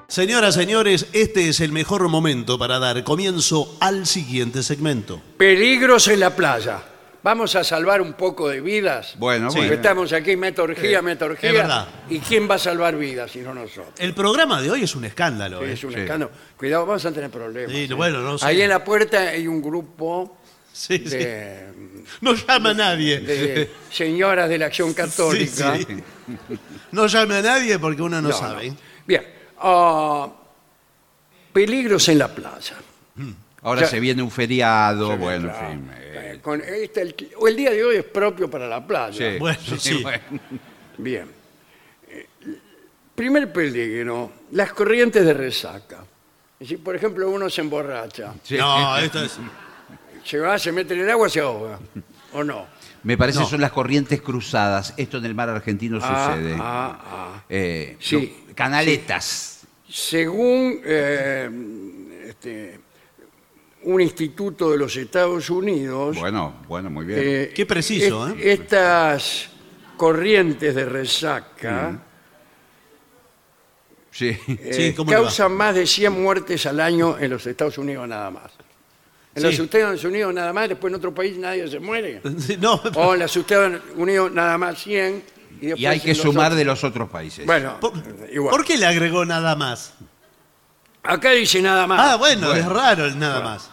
[SPEAKER 3] Señoras, señores, este es el mejor momento para dar comienzo al siguiente segmento.
[SPEAKER 2] Peligros en la playa. Vamos a salvar un poco de vidas.
[SPEAKER 5] Bueno,
[SPEAKER 2] Porque
[SPEAKER 5] bueno.
[SPEAKER 2] Estamos aquí, meta orgía, meta orgía.
[SPEAKER 3] es verdad.
[SPEAKER 2] ¿Y quién va a salvar vidas si no nosotros?
[SPEAKER 3] El programa de hoy es un escándalo. ¿eh?
[SPEAKER 2] es un
[SPEAKER 5] sí.
[SPEAKER 2] escándalo. Cuidado, vamos a tener problemas.
[SPEAKER 3] Sí,
[SPEAKER 2] ¿eh?
[SPEAKER 3] bueno, no sé.
[SPEAKER 2] Ahí en la puerta hay un grupo
[SPEAKER 3] Sí, sí.
[SPEAKER 2] de,
[SPEAKER 3] No llame a nadie.
[SPEAKER 2] de señoras de la Acción Católica.
[SPEAKER 3] Sí, sí. No llame a nadie porque uno no,
[SPEAKER 2] No,
[SPEAKER 3] sabe.
[SPEAKER 2] no. Bien. Ah, peligros en la playa.
[SPEAKER 5] Ahora
[SPEAKER 2] Ya-
[SPEAKER 5] se viene un feriado,
[SPEAKER 2] Está bien,
[SPEAKER 5] bueno,
[SPEAKER 2] claro.
[SPEAKER 5] en fin. eh,
[SPEAKER 2] Eh, con este- el, o el día de hoy es propio para la playa.
[SPEAKER 5] sí,
[SPEAKER 3] Bueno, sí.
[SPEAKER 5] bueno.
[SPEAKER 2] Bien. Eh, primer peligro, las corrientes de resaca. Es decir, por ejemplo, uno se emborracha,
[SPEAKER 5] Sí.
[SPEAKER 3] No, esto es.
[SPEAKER 2] se va, se mete en el agua, se ahoga. ¿O no?
[SPEAKER 5] Me parece
[SPEAKER 3] No.
[SPEAKER 5] son las corrientes cruzadas. Esto en el mar argentino
[SPEAKER 2] Ah,
[SPEAKER 5] sucede.
[SPEAKER 2] ah, ah.
[SPEAKER 5] Eh,
[SPEAKER 2] Sí.
[SPEAKER 5] no, canaletas.
[SPEAKER 2] Según eh, este, un instituto de los Estados Unidos,
[SPEAKER 5] Bueno, bueno, muy bien.
[SPEAKER 2] eh,
[SPEAKER 3] Qué preciso,
[SPEAKER 2] est-
[SPEAKER 3] ¿eh?
[SPEAKER 2] estas corrientes de resaca
[SPEAKER 5] sí.
[SPEAKER 2] eh,
[SPEAKER 3] Mm. Sí, ¿cómo le va?
[SPEAKER 2] causan más de 100 muertes al año en los Estados Unidos nada más. En los
[SPEAKER 3] Sí.
[SPEAKER 2] Estados Unidos nada más, después en otro país nadie se muere.
[SPEAKER 3] No,
[SPEAKER 5] Oh,
[SPEAKER 2] O en los Estados Unidos nada más 100. Y, después
[SPEAKER 5] Y hay
[SPEAKER 2] en
[SPEAKER 5] que
[SPEAKER 2] los
[SPEAKER 5] sumar
[SPEAKER 2] otros-
[SPEAKER 5] de los otros países.
[SPEAKER 2] Bueno,
[SPEAKER 3] por,
[SPEAKER 2] igual.
[SPEAKER 3] ¿por qué le agregó nada más?
[SPEAKER 2] Acá dice nada más.
[SPEAKER 3] Ah, bueno,
[SPEAKER 5] bueno.
[SPEAKER 3] es raro el nada más.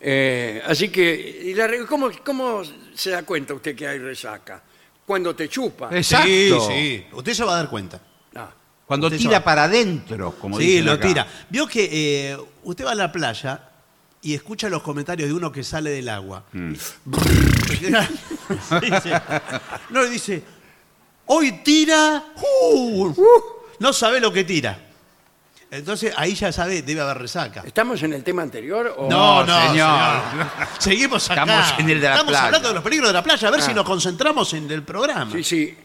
[SPEAKER 2] Eh, así que, y la re- ¿cómo, ¿cómo se da cuenta usted que hay resaca? Cuando te chupa.
[SPEAKER 5] Exacto.
[SPEAKER 3] Sí, sí. Usted se va a dar cuenta.
[SPEAKER 2] Ah,
[SPEAKER 5] Cuando
[SPEAKER 3] Usted
[SPEAKER 5] tira
[SPEAKER 3] sabe.
[SPEAKER 5] para adentro, como
[SPEAKER 3] sí,
[SPEAKER 5] dicen
[SPEAKER 3] lo
[SPEAKER 5] acá.
[SPEAKER 3] tira. Vio que eh, usted va a la playa y escucha los comentarios de uno que sale del agua.
[SPEAKER 5] Mm.
[SPEAKER 3] Sí, sí. No, y dice, hoy tira, uh, uh, no sabe lo que tira. Entonces ahí ya sabe, debe haber resaca.
[SPEAKER 2] ¿Estamos en el tema anterior? O...
[SPEAKER 3] No, no,
[SPEAKER 5] señor.
[SPEAKER 3] señor. Seguimos acá.
[SPEAKER 5] Estamos en el de la
[SPEAKER 3] Estamos
[SPEAKER 5] playa. Ah.
[SPEAKER 3] hablando de los peligros de la playa, a ver si nos concentramos en el programa.
[SPEAKER 2] Sí, sí.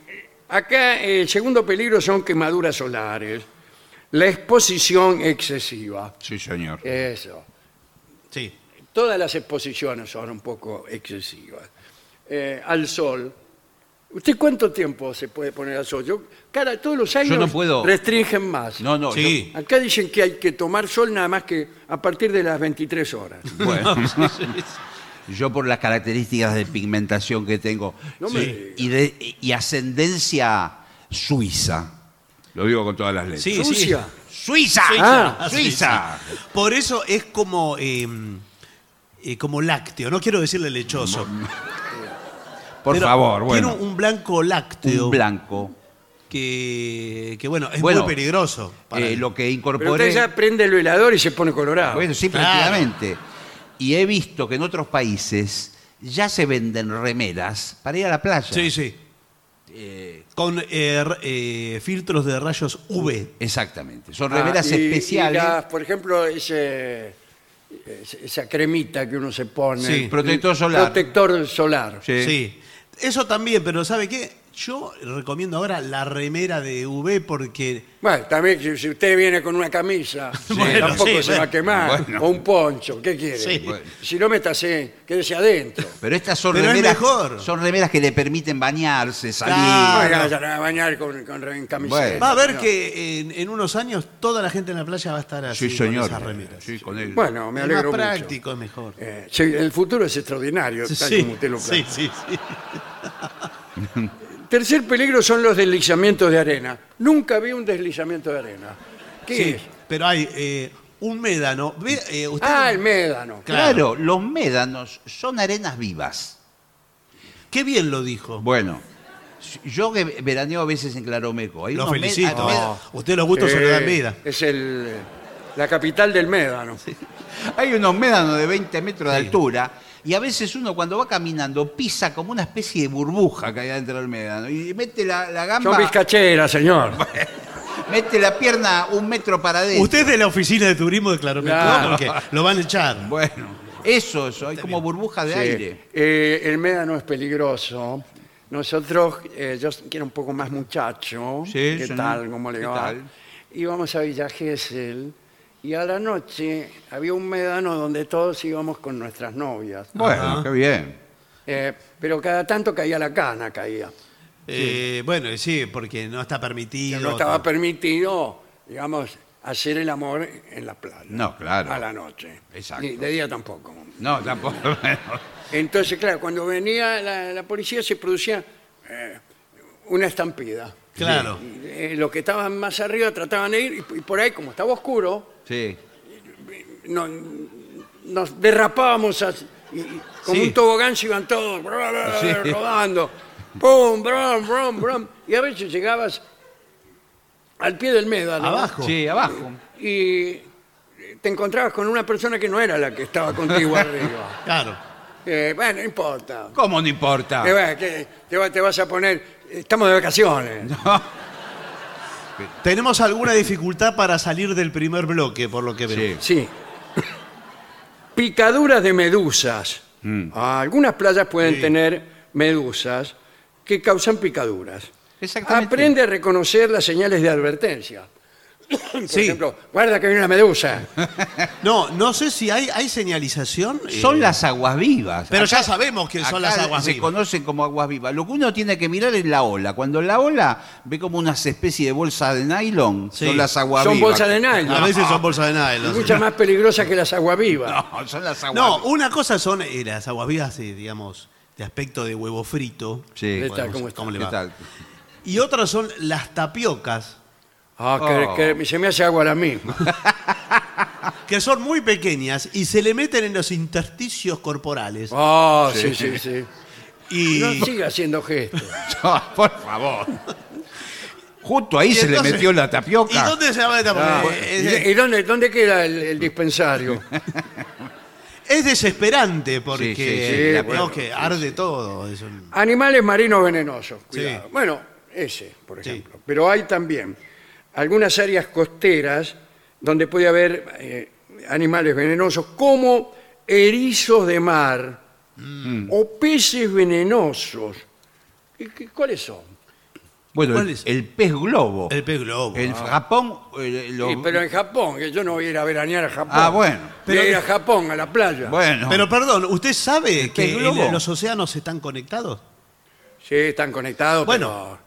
[SPEAKER 2] Acá eh, el segundo peligro son quemaduras solares. La exposición excesiva.
[SPEAKER 5] Sí, señor.
[SPEAKER 3] Eh,
[SPEAKER 2] Eso.
[SPEAKER 3] Sí.
[SPEAKER 2] Todas las exposiciones son un poco excesivas. Eh, al sol. ¿Usted cuánto tiempo se puede poner al sol? Yo, cara, todos los años
[SPEAKER 5] no puedo.
[SPEAKER 2] restringen más.
[SPEAKER 5] No, no.
[SPEAKER 3] Sí.
[SPEAKER 2] Acá dicen que hay que tomar sol nada más que a partir de las 23 horas.
[SPEAKER 5] yo- bueno. Yo por las características de pigmentación que tengo
[SPEAKER 2] No me
[SPEAKER 5] sí,
[SPEAKER 2] diga.
[SPEAKER 5] y, de- y ascendencia suiza. Lo digo con todas las letras.
[SPEAKER 3] Sí,
[SPEAKER 2] Sucia.
[SPEAKER 3] sí.
[SPEAKER 5] Eh, Suiza.
[SPEAKER 2] Ah,
[SPEAKER 3] Ah, sí,
[SPEAKER 5] Suiza.
[SPEAKER 3] sí. Por eso es como, eh, eh, como lácteo. No quiero decirle lechoso.
[SPEAKER 5] Mm, Por
[SPEAKER 3] pero
[SPEAKER 5] favor, bueno.
[SPEAKER 3] Tiene un blanco lácteo.
[SPEAKER 5] un blanco.
[SPEAKER 3] Que, que, bueno, es
[SPEAKER 5] Bueno,
[SPEAKER 3] muy peligroso. para
[SPEAKER 5] eh,
[SPEAKER 3] él.
[SPEAKER 5] lo que
[SPEAKER 2] Pero usted
[SPEAKER 5] incorporé.
[SPEAKER 2] ya prende el velador y se pone colorado.
[SPEAKER 5] Bueno, sí,
[SPEAKER 3] Claro.
[SPEAKER 5] prácticamente. Y he visto que en otros países ya se venden remeras para ir a la playa.
[SPEAKER 3] Sí, sí. Con eh, r- eh, filtros de rayos UV.
[SPEAKER 5] Exactamente. Son
[SPEAKER 2] Ah,
[SPEAKER 5] remeras
[SPEAKER 2] y- y
[SPEAKER 5] especiales.
[SPEAKER 2] las, por ejemplo, ese- ese- esa cremita que uno se pone.
[SPEAKER 3] Sí,
[SPEAKER 2] El-
[SPEAKER 5] protector solar.
[SPEAKER 2] Protector solar.
[SPEAKER 5] Sí.
[SPEAKER 3] Sí. Eso también, pero ¿sabe qué? Yo recomiendo ahora la remera de UV porque
[SPEAKER 2] Bueno, también si, si usted viene con una camisa,
[SPEAKER 3] Bueno,
[SPEAKER 2] tampoco
[SPEAKER 3] sí,
[SPEAKER 2] se
[SPEAKER 3] bueno.
[SPEAKER 2] va a quemar.
[SPEAKER 5] Bueno.
[SPEAKER 2] O un poncho, ¿qué quiere?
[SPEAKER 3] Sí.
[SPEAKER 5] Bueno.
[SPEAKER 2] Si no, métase, quédese adentro.
[SPEAKER 5] Pero estas son
[SPEAKER 3] Pero es
[SPEAKER 5] remeras.
[SPEAKER 3] mejor.
[SPEAKER 5] Son remeras que le permiten bañarse, salir.
[SPEAKER 3] Claro.
[SPEAKER 2] No, vaya a bañar con, con, en camiseta,
[SPEAKER 5] Bueno.
[SPEAKER 3] Ah, va a ver
[SPEAKER 2] no.
[SPEAKER 3] que en, en unos años toda la gente en la playa va a estar así
[SPEAKER 5] Sí, señor.
[SPEAKER 3] Ah, con esas remeras.
[SPEAKER 5] Sí, con él.
[SPEAKER 2] Bueno, me
[SPEAKER 3] Es
[SPEAKER 2] alegro
[SPEAKER 3] más
[SPEAKER 2] mucho.
[SPEAKER 3] práctico, es mejor.
[SPEAKER 2] Eh, sí, el futuro es extraordinario, tal
[SPEAKER 3] Sí,
[SPEAKER 2] como usted lo
[SPEAKER 3] sí,
[SPEAKER 2] plantea.
[SPEAKER 3] sí, sí.
[SPEAKER 2] Tercer peligro son los deslizamientos de arena. Nunca vi un deslizamiento de arena. ¿Qué
[SPEAKER 3] Sí,
[SPEAKER 2] es?
[SPEAKER 3] Pero hay eh, un médano. Ve, eh, usted-
[SPEAKER 2] Ah, el médano.
[SPEAKER 5] Claro, los médanos son arenas vivas.
[SPEAKER 3] Qué bien lo dijo.
[SPEAKER 5] Bueno, yo que veraneo a veces en Claromeco. Hay
[SPEAKER 3] lo
[SPEAKER 5] unos med-
[SPEAKER 3] felicito. Oh.
[SPEAKER 5] hay med-
[SPEAKER 3] Usted los gustos se lo dan
[SPEAKER 2] Eh,
[SPEAKER 3] vida.
[SPEAKER 2] Es el, la capital del médano.
[SPEAKER 5] Hay unos médanos de 20 metros de altura y a veces uno cuando va caminando pisa como una especie de burbuja que hay dentro del médano y mete la, la
[SPEAKER 2] Son
[SPEAKER 5] gamba,
[SPEAKER 2] vizcacheras, señor.
[SPEAKER 5] mete la pierna un metro para adentro.
[SPEAKER 3] Usted es de la oficina de turismo de Claromeco,
[SPEAKER 2] Claro.
[SPEAKER 3] porque lo van a echar.
[SPEAKER 5] Bueno, eso, eso, hay como burbuja de
[SPEAKER 2] Sí.
[SPEAKER 5] aire.
[SPEAKER 2] Eh, el médano es peligroso. Nosotros, eh, yo que era un poco más muchacho,
[SPEAKER 5] Sí,
[SPEAKER 2] ¿qué
[SPEAKER 5] señor.
[SPEAKER 2] tal? ¿Cómo le
[SPEAKER 5] ¿Qué
[SPEAKER 2] va?
[SPEAKER 5] tal?
[SPEAKER 2] Íbamos a Villa Gesell y a la noche había un médano donde todos íbamos con nuestras novias.
[SPEAKER 5] Bueno,
[SPEAKER 6] Ah.
[SPEAKER 5] qué bien.
[SPEAKER 2] Eh, pero cada tanto caía la cana, caía.
[SPEAKER 3] Eh, bueno, sí, porque no está permitido.
[SPEAKER 2] no estaba permitido, digamos, hacer el amor en la playa.
[SPEAKER 5] No, claro.
[SPEAKER 2] A la noche.
[SPEAKER 5] Exacto.
[SPEAKER 2] Ni de día tampoco.
[SPEAKER 5] No, tampoco. bueno.
[SPEAKER 2] Entonces, claro, cuando venía la, la policía se producía eh, una estampida.
[SPEAKER 3] Claro.
[SPEAKER 2] Eh, los que estaban más arriba trataban de ir y, y por ahí, como estaba oscuro,
[SPEAKER 5] Sí.
[SPEAKER 2] no- nos derrapábamos as- y- y como
[SPEAKER 3] Sí.
[SPEAKER 2] un tobogán se iban todos bra, bra, bra,
[SPEAKER 5] Sí.
[SPEAKER 2] rodando. ¡Pum! ¡Brum! ¡Brum! ¡Brum! Y a veces llegabas al pie del médano.
[SPEAKER 3] Abajo.
[SPEAKER 5] Sí, abajo.
[SPEAKER 2] y te encontrabas con una persona que no era la que estaba contigo arriba.
[SPEAKER 3] Claro.
[SPEAKER 2] Eh, bueno, no importa.
[SPEAKER 5] ¿Cómo no importa?
[SPEAKER 2] Eh, bueno, que te, va- te vas a poner, estamos de vacaciones.
[SPEAKER 3] Tenemos alguna dificultad para salir del primer bloque, por lo que veo.
[SPEAKER 5] Sí.
[SPEAKER 2] Sí. Picaduras de medusas. Ah, Algunas playas pueden tener medusas que causan picaduras.
[SPEAKER 5] Exactamente.
[SPEAKER 2] Aprende a reconocer las señales de advertencia. Por
[SPEAKER 3] Sí.
[SPEAKER 2] ejemplo, guarda que hay una medusa.
[SPEAKER 3] No, no sé si hay, hay señalización. eh,
[SPEAKER 5] Son las aguas vivas.
[SPEAKER 3] Pero ya
[SPEAKER 5] Acá-
[SPEAKER 3] sabemos que son
[SPEAKER 5] acá
[SPEAKER 3] las aguas
[SPEAKER 5] Se
[SPEAKER 3] vivas.
[SPEAKER 5] conocen como aguas vivas. Lo que uno tiene que mirar es la ola. Cuando la ola ve como unas especies de bolsas de nylon,
[SPEAKER 3] Sí.
[SPEAKER 5] son las aguas
[SPEAKER 2] Son
[SPEAKER 5] vivas.
[SPEAKER 2] bolsas de nylon.
[SPEAKER 3] A veces son bolsas de
[SPEAKER 2] Es
[SPEAKER 3] nylon.
[SPEAKER 2] mucho más peligrosa que las aguavivas.
[SPEAKER 5] No, son las aguas
[SPEAKER 3] No,
[SPEAKER 5] vivas.
[SPEAKER 3] una cosa son eh, las aguas vivas, eh, digamos, de aspecto de huevo frito.
[SPEAKER 5] Sí.
[SPEAKER 2] ¿Qué
[SPEAKER 5] bueno,
[SPEAKER 2] tal? ¿Cómo está?
[SPEAKER 3] ¿Cómo le
[SPEAKER 5] ¿qué
[SPEAKER 3] va?
[SPEAKER 5] tal?
[SPEAKER 3] Y otras son las tapiocas,
[SPEAKER 2] Ah, que-
[SPEAKER 5] Oh.
[SPEAKER 2] que se me hace agua la misma.
[SPEAKER 3] que son muy pequeñas y se le meten en los intersticios corporales.
[SPEAKER 2] Ah, sí, sí, sí.
[SPEAKER 3] Y,
[SPEAKER 2] No siga haciendo gestos.
[SPEAKER 5] No, por favor. Justo ahí
[SPEAKER 3] y
[SPEAKER 5] se le
[SPEAKER 3] entonces-
[SPEAKER 5] metió la tapioca.
[SPEAKER 3] ¿Y dónde se va a Eh,
[SPEAKER 2] Ah, ¿Y, y dónde, dónde queda el, el dispensario?
[SPEAKER 3] Es desesperante porque
[SPEAKER 5] Sí, sí, sí, la
[SPEAKER 3] no,
[SPEAKER 5] pierdo.
[SPEAKER 3] que arde todo. es un-
[SPEAKER 2] Animales marinos venenosos, cuidado.
[SPEAKER 3] Sí.
[SPEAKER 2] Bueno, ese, por
[SPEAKER 3] Sí.
[SPEAKER 2] ejemplo. Pero hay también algunas áreas costeras donde puede haber eh, animales venenosos como erizos de mar o peces venenosos. ¿Y qué- ¿Cuáles son?
[SPEAKER 5] Bueno,
[SPEAKER 3] ¿Cuál
[SPEAKER 5] el,
[SPEAKER 3] es?
[SPEAKER 5] el pez globo.
[SPEAKER 3] El Ah. pez globo.
[SPEAKER 5] El Japón. el- lo-
[SPEAKER 2] Sí, pero en Japón, que yo no voy a ir a veranear a Japón.
[SPEAKER 5] Ah, bueno.
[SPEAKER 2] Voy a ir
[SPEAKER 3] Pero-
[SPEAKER 2] a Japón, a la playa.
[SPEAKER 5] Bueno.
[SPEAKER 3] Pero perdón, ¿usted sabe que
[SPEAKER 5] pez globo?
[SPEAKER 3] el- los océanos están conectados?
[SPEAKER 2] Sí, están conectados,
[SPEAKER 3] Bueno.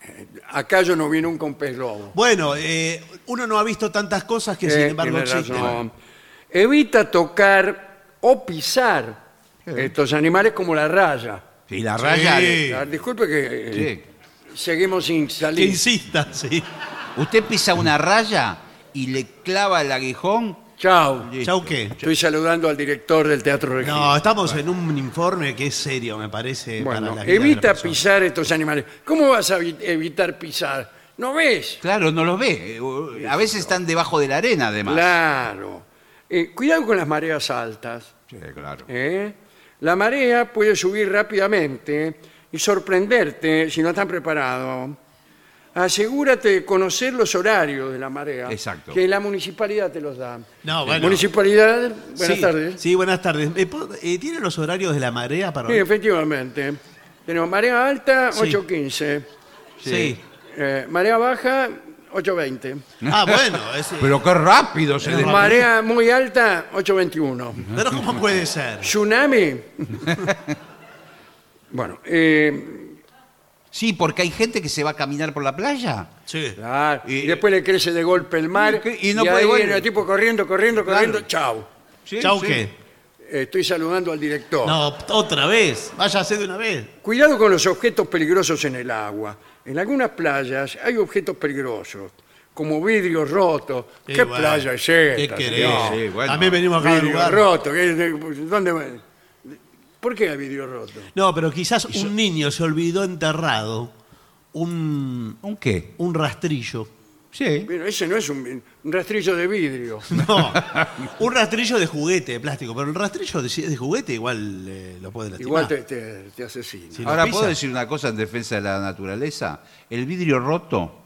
[SPEAKER 2] pero, eh, acá yo no vi nunca un pez globo.
[SPEAKER 3] Bueno, eh, uno no ha visto tantas cosas que
[SPEAKER 2] Eh,
[SPEAKER 3] sin embargo
[SPEAKER 2] tiene
[SPEAKER 3] existen.
[SPEAKER 2] razón. Evita tocar o pisar estos animales como la raya.
[SPEAKER 5] Y la raya.
[SPEAKER 3] Sí.
[SPEAKER 5] de-
[SPEAKER 2] Ah, Disculpe que eh,
[SPEAKER 5] Sí.
[SPEAKER 2] seguimos sin
[SPEAKER 3] Que
[SPEAKER 2] salir.
[SPEAKER 3] insista, sí.
[SPEAKER 5] Usted pisa una raya y le clava el aguijón.
[SPEAKER 2] Chao.
[SPEAKER 5] listo.
[SPEAKER 3] ¿Chau qué?
[SPEAKER 2] Estoy saludando al director del Teatro Regina.
[SPEAKER 3] No, estamos en un informe que es serio, me parece. para
[SPEAKER 2] bueno,
[SPEAKER 3] la vida de la
[SPEAKER 2] evita
[SPEAKER 3] persona.
[SPEAKER 2] pisar estos animales. ¿Cómo vas a evi- evitar pisar? ¿No ves?
[SPEAKER 5] Claro, no los ve. A veces están debajo de la arena, además.
[SPEAKER 2] Claro. Eh, cuidado con las mareas altas.
[SPEAKER 5] Sí, claro.
[SPEAKER 2] ¿eh? La marea puede subir rápidamente y sorprenderte si no estás preparado. Asegúrate de conocer los horarios de la marea.
[SPEAKER 5] Exacto.
[SPEAKER 2] Que la municipalidad te los da.
[SPEAKER 3] No, bueno.
[SPEAKER 2] Municipalidad, buenas
[SPEAKER 3] sí,
[SPEAKER 2] tardes.
[SPEAKER 3] Sí, buenas tardes. Eh, ¿po- eh, ¿Tiene los horarios de la marea para
[SPEAKER 2] Sí,
[SPEAKER 3] hoy?
[SPEAKER 2] efectivamente. Tenemos marea alta,
[SPEAKER 3] Sí.
[SPEAKER 2] 8.15.
[SPEAKER 3] Sí.
[SPEAKER 2] Eh, marea baja, 8.20.
[SPEAKER 3] Ah, bueno. es-
[SPEAKER 5] Pero qué rápido se desma-
[SPEAKER 2] Marea muy alta, 8.21.
[SPEAKER 3] pero ¿cómo puede ser?
[SPEAKER 2] Tsunami. bueno, eh,
[SPEAKER 5] Sí, porque hay gente que se va a caminar por la playa.
[SPEAKER 3] Sí.
[SPEAKER 2] Claro, Y,
[SPEAKER 5] Y-
[SPEAKER 2] después le crece de golpe el mar. Y,
[SPEAKER 5] Y no puede
[SPEAKER 2] ahí
[SPEAKER 5] volver.
[SPEAKER 2] viene el tipo corriendo, corriendo, corriendo.
[SPEAKER 5] Claro.
[SPEAKER 2] Chau.
[SPEAKER 5] Sí,
[SPEAKER 3] ¿Chau
[SPEAKER 5] sí.
[SPEAKER 3] qué?
[SPEAKER 2] Eh, Estoy saludando al director.
[SPEAKER 3] No, otra vez. Váyase de una vez.
[SPEAKER 2] Cuidado con los objetos peligrosos en el agua. En algunas playas hay objetos peligrosos, como vidrios rotos.
[SPEAKER 3] Sí,
[SPEAKER 2] ¿Qué
[SPEAKER 3] bueno.
[SPEAKER 2] playa es esta?
[SPEAKER 3] ¿Qué querés?
[SPEAKER 2] señor?
[SPEAKER 5] Sí, bueno.
[SPEAKER 3] También venimos acá del
[SPEAKER 2] Vidrio
[SPEAKER 3] lugar.
[SPEAKER 2] roto. ¿qué- de- ¿Dónde? va? ¿Por qué hay vidrio roto?
[SPEAKER 3] No, pero quizás un niño se olvidó enterrado un,
[SPEAKER 5] ¿Un qué?
[SPEAKER 3] un rastrillo.
[SPEAKER 5] Sí.
[SPEAKER 2] Bueno, ese no es un, un rastrillo de vidrio.
[SPEAKER 3] No, un rastrillo de juguete, de plástico. Pero el rastrillo de, si es de juguete igual eh, lo puede lastimar.
[SPEAKER 2] Igual te, te- te asesina.
[SPEAKER 3] Sí. Si lo
[SPEAKER 5] Ahora,
[SPEAKER 3] pisa.
[SPEAKER 5] ¿puedo decir una cosa en defensa de la naturaleza? El vidrio roto,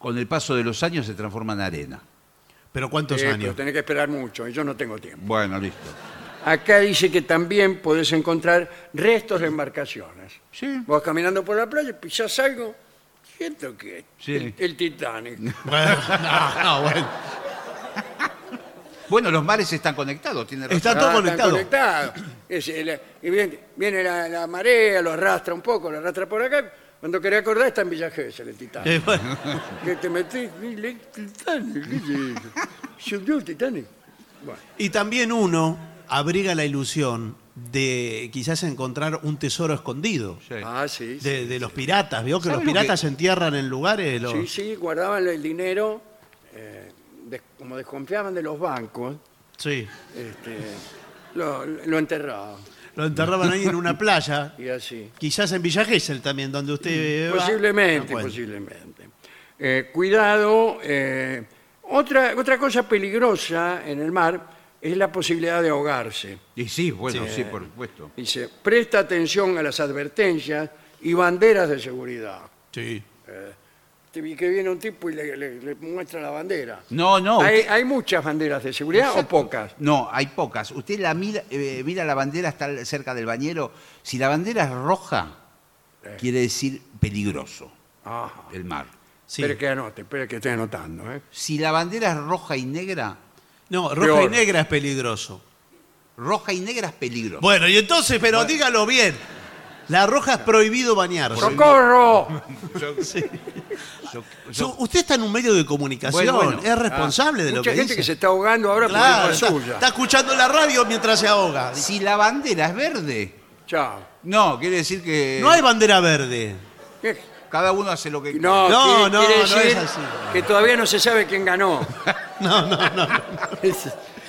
[SPEAKER 5] con el paso de los años, se transforma en arena.
[SPEAKER 3] Pero ¿cuántos
[SPEAKER 2] Eh, pero
[SPEAKER 3] años?
[SPEAKER 2] tenés que esperar mucho y yo no tengo tiempo.
[SPEAKER 5] Bueno, listo.
[SPEAKER 2] Acá dice que también podés encontrar restos de embarcaciones.
[SPEAKER 5] Sí.
[SPEAKER 2] Vos caminando por la playa, pisás algo, siento que
[SPEAKER 5] Sí.
[SPEAKER 2] el, el Titanic. Ah,
[SPEAKER 3] Bueno, no, no, bueno.
[SPEAKER 5] Bueno, los mares están conectados, tiene razón.
[SPEAKER 3] Está
[SPEAKER 2] Ah,
[SPEAKER 3] todo
[SPEAKER 2] están
[SPEAKER 3] conectado.
[SPEAKER 2] conectados. Es el- y viene, viene la, la marea, lo arrastra un poco, lo arrastra por acá. Cuando querés acordar, está en Villa Gesell, el Titanic.
[SPEAKER 3] Eh, bueno.
[SPEAKER 2] Que te metés, "Mira, el Titanic, ¿qué es eso? Se hundió el Titanic. Bueno,
[SPEAKER 3] Y también uno abriga la ilusión de quizás encontrar un tesoro escondido.
[SPEAKER 5] Sí.
[SPEAKER 2] ah, sí. sí.
[SPEAKER 3] De, de los piratas, ¿vio? Que
[SPEAKER 5] ¿Sabe
[SPEAKER 3] los
[SPEAKER 5] lo
[SPEAKER 3] piratas
[SPEAKER 5] que-
[SPEAKER 3] se entierran en lugares. los-
[SPEAKER 2] Sí, sí, guardaban el dinero, eh, des- como desconfiaban de los bancos,
[SPEAKER 3] sí.
[SPEAKER 2] este, lo, lo enterraban
[SPEAKER 3] Lo enterraban ahí en una playa.
[SPEAKER 2] y así.
[SPEAKER 3] Quizás en Villa Gesell también, donde usted. va, Ah, no
[SPEAKER 2] Posiblemente,
[SPEAKER 3] encuentra.
[SPEAKER 2] posiblemente. Eh, cuidado, eh, otra, otra cosa peligrosa en el mar es la posibilidad de ahogarse.
[SPEAKER 5] Y sí, bueno, sí, por supuesto.
[SPEAKER 2] Dice, presta atención a las advertencias y banderas de seguridad.
[SPEAKER 3] Sí.
[SPEAKER 2] Te vi que viene un tipo y le, le- le muestra la bandera.
[SPEAKER 5] No, no.
[SPEAKER 2] ¿Hay,
[SPEAKER 5] usted-
[SPEAKER 2] hay muchas banderas de seguridad o pocas?
[SPEAKER 5] No, hay pocas. Usted la mira, eh, mira la bandera, está cerca del bañero. Si
[SPEAKER 2] Eh.
[SPEAKER 5] la bandera es roja, quiere decir peligroso
[SPEAKER 2] Ajá.
[SPEAKER 5] el mar.
[SPEAKER 3] Sí.
[SPEAKER 2] Espere que anote, espere que esté anotando. ¿eh?
[SPEAKER 5] Si la bandera es roja y negra,
[SPEAKER 3] No, roja y
[SPEAKER 2] Peor.
[SPEAKER 3] negra es peligroso.
[SPEAKER 5] roja y negra es peligro.
[SPEAKER 3] Bueno, y entonces, pero dígalo bien. La roja es prohibido bañarse.
[SPEAKER 2] ¡Socorro!
[SPEAKER 5] Yo-
[SPEAKER 3] So- Usted está en un medio de comunicación,
[SPEAKER 5] Bueno, bueno.
[SPEAKER 3] es responsable de lo
[SPEAKER 2] Ah, Mucha
[SPEAKER 3] que
[SPEAKER 2] gente
[SPEAKER 3] dice.
[SPEAKER 2] que se está ahogando ahora
[SPEAKER 3] Claro,
[SPEAKER 2] por
[SPEAKER 3] está,
[SPEAKER 2] culpa suya.
[SPEAKER 3] está escuchando la radio mientras se ahoga.
[SPEAKER 5] si la bandera es verde,
[SPEAKER 2] Chao.
[SPEAKER 5] no, quiere decir que
[SPEAKER 3] No hay bandera verde.
[SPEAKER 2] ¿Qué?
[SPEAKER 5] cada uno hace lo que quiere.
[SPEAKER 2] No,
[SPEAKER 3] No,
[SPEAKER 2] quiere-
[SPEAKER 3] no,
[SPEAKER 2] quiere
[SPEAKER 3] no es
[SPEAKER 2] decir
[SPEAKER 3] así.
[SPEAKER 2] Que todavía no se sabe quién ganó.
[SPEAKER 3] No, no, no.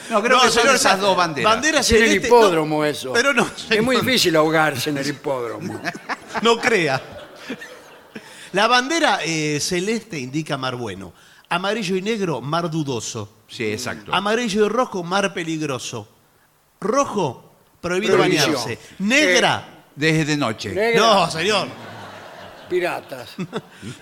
[SPEAKER 5] No, creo que son
[SPEAKER 3] señor,
[SPEAKER 5] esas dos banderas.
[SPEAKER 3] Banderas
[SPEAKER 2] Es en el
[SPEAKER 3] celeste-
[SPEAKER 2] hipódromo
[SPEAKER 3] no,
[SPEAKER 2] eso.
[SPEAKER 3] Pero no,
[SPEAKER 2] Es
[SPEAKER 3] señor,
[SPEAKER 2] muy difícil ahogarse en el hipódromo.
[SPEAKER 3] no crea. La bandera eh, celeste indica mar bueno. Amarillo y negro, mar dudoso.
[SPEAKER 5] Sí, exacto.
[SPEAKER 3] Amarillo y rojo, mar peligroso. Rojo, prohibido
[SPEAKER 2] Prohibición.
[SPEAKER 3] bañarse. Negra,
[SPEAKER 5] Desde noche.
[SPEAKER 2] Negra,
[SPEAKER 3] no, señor.
[SPEAKER 2] Piratas.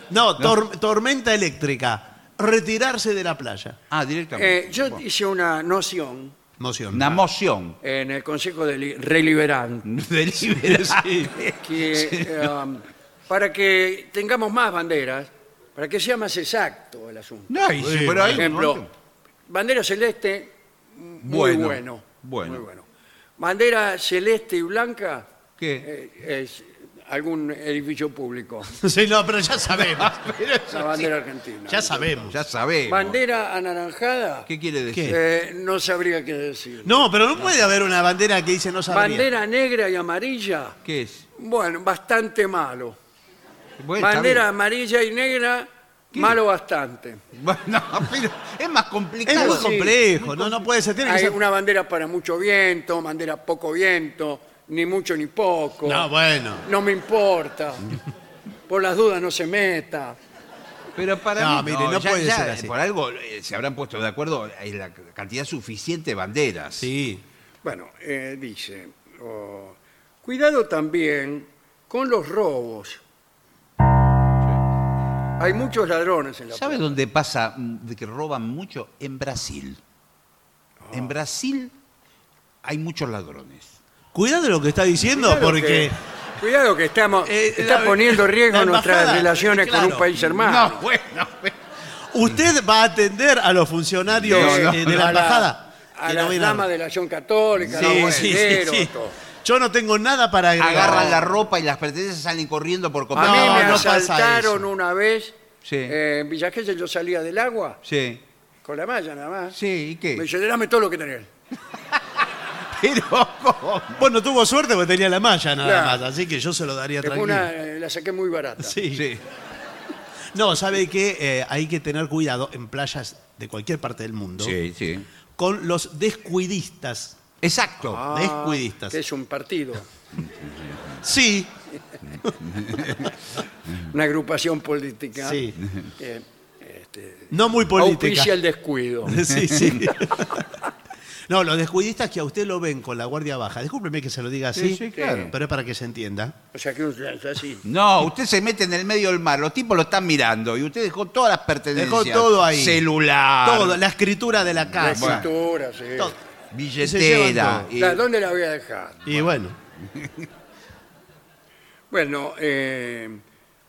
[SPEAKER 3] No, tor- tormenta eléctrica. Retirarse de la playa.
[SPEAKER 5] Ah, directamente.
[SPEAKER 2] Eh, yo hice una noción
[SPEAKER 3] Moción.
[SPEAKER 5] Una moción.
[SPEAKER 2] en el Consejo de Li- Reliberante
[SPEAKER 5] Deliberante.
[SPEAKER 2] que eh, um, para que tengamos más banderas, para que sea más exacto el asunto.
[SPEAKER 5] No, y sí, pero
[SPEAKER 2] Por
[SPEAKER 5] hay un
[SPEAKER 2] ejemplo,
[SPEAKER 5] montón.
[SPEAKER 2] bandera celeste, muy
[SPEAKER 5] Bueno,
[SPEAKER 2] bueno.
[SPEAKER 5] bueno.
[SPEAKER 2] muy bueno. Bandera celeste y blanca
[SPEAKER 5] ¿Qué?
[SPEAKER 2] eh, es algún edificio público,
[SPEAKER 3] Sí, no, pero ya sabemos.
[SPEAKER 2] la bandera argentina.
[SPEAKER 3] Ya sabemos.
[SPEAKER 5] Ya sabemos.
[SPEAKER 2] Bandera anaranjada,
[SPEAKER 5] ¿Qué quiere decir?
[SPEAKER 3] ¿Qué?
[SPEAKER 2] eh, no sabría qué decir.
[SPEAKER 3] No, pero no puede haber una bandera que dice no sabría.
[SPEAKER 2] bandera negra y amarilla,
[SPEAKER 5] ¿Qué es?
[SPEAKER 2] bueno, bastante malo.
[SPEAKER 5] Bueno, está
[SPEAKER 2] bandera amarilla y negra, malo bastante.
[SPEAKER 5] bien. Bueno, pero es más
[SPEAKER 3] Es
[SPEAKER 5] complicado.
[SPEAKER 3] muy complejo, no, no puede ser. Tiene que
[SPEAKER 2] Hay
[SPEAKER 3] ser.
[SPEAKER 2] una bandera para mucho viento, bandera poco viento, ni mucho ni poco.
[SPEAKER 3] No, bueno.
[SPEAKER 2] No me importa. Por las dudas no se meta.
[SPEAKER 5] Pero para
[SPEAKER 3] No,
[SPEAKER 5] mí,
[SPEAKER 3] mire, no
[SPEAKER 5] ya-
[SPEAKER 3] puede
[SPEAKER 5] ya,
[SPEAKER 3] ser
[SPEAKER 5] eh,
[SPEAKER 3] así.
[SPEAKER 5] Por algo eh, se habrán puesto de acuerdo en la c- cantidad suficiente de banderas.
[SPEAKER 3] Sí.
[SPEAKER 2] Bueno, eh, dice, oh, cuidado también con los robos. Hay muchos ladrones en la
[SPEAKER 5] ¿Sabe
[SPEAKER 2] plaza.
[SPEAKER 5] dónde pasa mm, de que roban mucho? En Brasil.
[SPEAKER 3] Ah.
[SPEAKER 5] En Brasil hay muchos ladrones.
[SPEAKER 3] Cuidado de lo que está diciendo,
[SPEAKER 2] Cuidado
[SPEAKER 3] porque.
[SPEAKER 2] que- cuidado que estamos
[SPEAKER 3] Eh,
[SPEAKER 2] está
[SPEAKER 3] la-
[SPEAKER 2] poniendo en riesgo
[SPEAKER 3] la embajada, eh,
[SPEAKER 2] nuestras relaciones con
[SPEAKER 3] claro.
[SPEAKER 2] un país hermano.
[SPEAKER 5] No, bueno.
[SPEAKER 3] ¿Usted va a atender a los funcionarios
[SPEAKER 2] Eh,
[SPEAKER 3] eh, de
[SPEAKER 2] a
[SPEAKER 3] la embajada?
[SPEAKER 2] A
[SPEAKER 3] Que no
[SPEAKER 2] las
[SPEAKER 3] vienen.
[SPEAKER 2] damas de la acción católica,
[SPEAKER 3] Sí,
[SPEAKER 2] los
[SPEAKER 3] sí, sí,
[SPEAKER 2] banderos,
[SPEAKER 3] sí.
[SPEAKER 2] todo.
[SPEAKER 3] Yo no tengo nada para agregar.
[SPEAKER 5] Agarran la ropa y las pertenencias salen corriendo por
[SPEAKER 2] A
[SPEAKER 5] comprar.
[SPEAKER 2] mí
[SPEAKER 3] No,
[SPEAKER 2] me
[SPEAKER 3] no pasa
[SPEAKER 2] asaltaron
[SPEAKER 3] eso.
[SPEAKER 2] una vez
[SPEAKER 5] Sí.
[SPEAKER 2] eh, en Villa Gesell, yo salía del agua
[SPEAKER 5] Sí,
[SPEAKER 2] con la malla nada más.
[SPEAKER 5] sí, ¿y qué?
[SPEAKER 2] Me dice, dame todo lo que tenés.
[SPEAKER 5] Pero, ¿cómo?
[SPEAKER 3] Bueno, tuvo suerte porque tenía la malla nada
[SPEAKER 2] Claro.
[SPEAKER 3] más, así que yo se lo daría
[SPEAKER 2] Que fue
[SPEAKER 3] tranquilo.
[SPEAKER 2] una, eh, la saqué muy barata.
[SPEAKER 3] Sí.
[SPEAKER 5] Sí.
[SPEAKER 3] No, sabe que eh, hay que tener cuidado en playas de cualquier parte del mundo
[SPEAKER 5] Sí, sí.
[SPEAKER 3] con los descuidistas.
[SPEAKER 5] Exacto.
[SPEAKER 2] Ah,
[SPEAKER 3] Descuidistas.
[SPEAKER 2] que es un partido,
[SPEAKER 3] Sí,
[SPEAKER 2] una agrupación política
[SPEAKER 3] sí.
[SPEAKER 2] que
[SPEAKER 3] No muy política.
[SPEAKER 2] auspicia el descuido.
[SPEAKER 3] Sí, sí. No, los descuidistas que a usted lo ven con la guardia baja. Discúlpeme que se lo diga así,
[SPEAKER 5] Sí, sí, claro.
[SPEAKER 3] pero es para que se entienda.
[SPEAKER 2] O sea, que un, así.
[SPEAKER 5] No, usted se mete en el medio del mar, los tipos lo están mirando y usted dejó todas las pertenencias.
[SPEAKER 3] Dejó todo ahí.
[SPEAKER 5] Celular,
[SPEAKER 3] Todo, la escritura de la
[SPEAKER 2] La
[SPEAKER 3] casa.
[SPEAKER 2] escritura, sí.
[SPEAKER 3] Ah, Todo. Se llevan
[SPEAKER 5] billetera.
[SPEAKER 3] todo.
[SPEAKER 5] y-
[SPEAKER 2] eh. La- ¿Dónde la voy a dejar?
[SPEAKER 3] Y bueno,
[SPEAKER 2] Bueno, eh,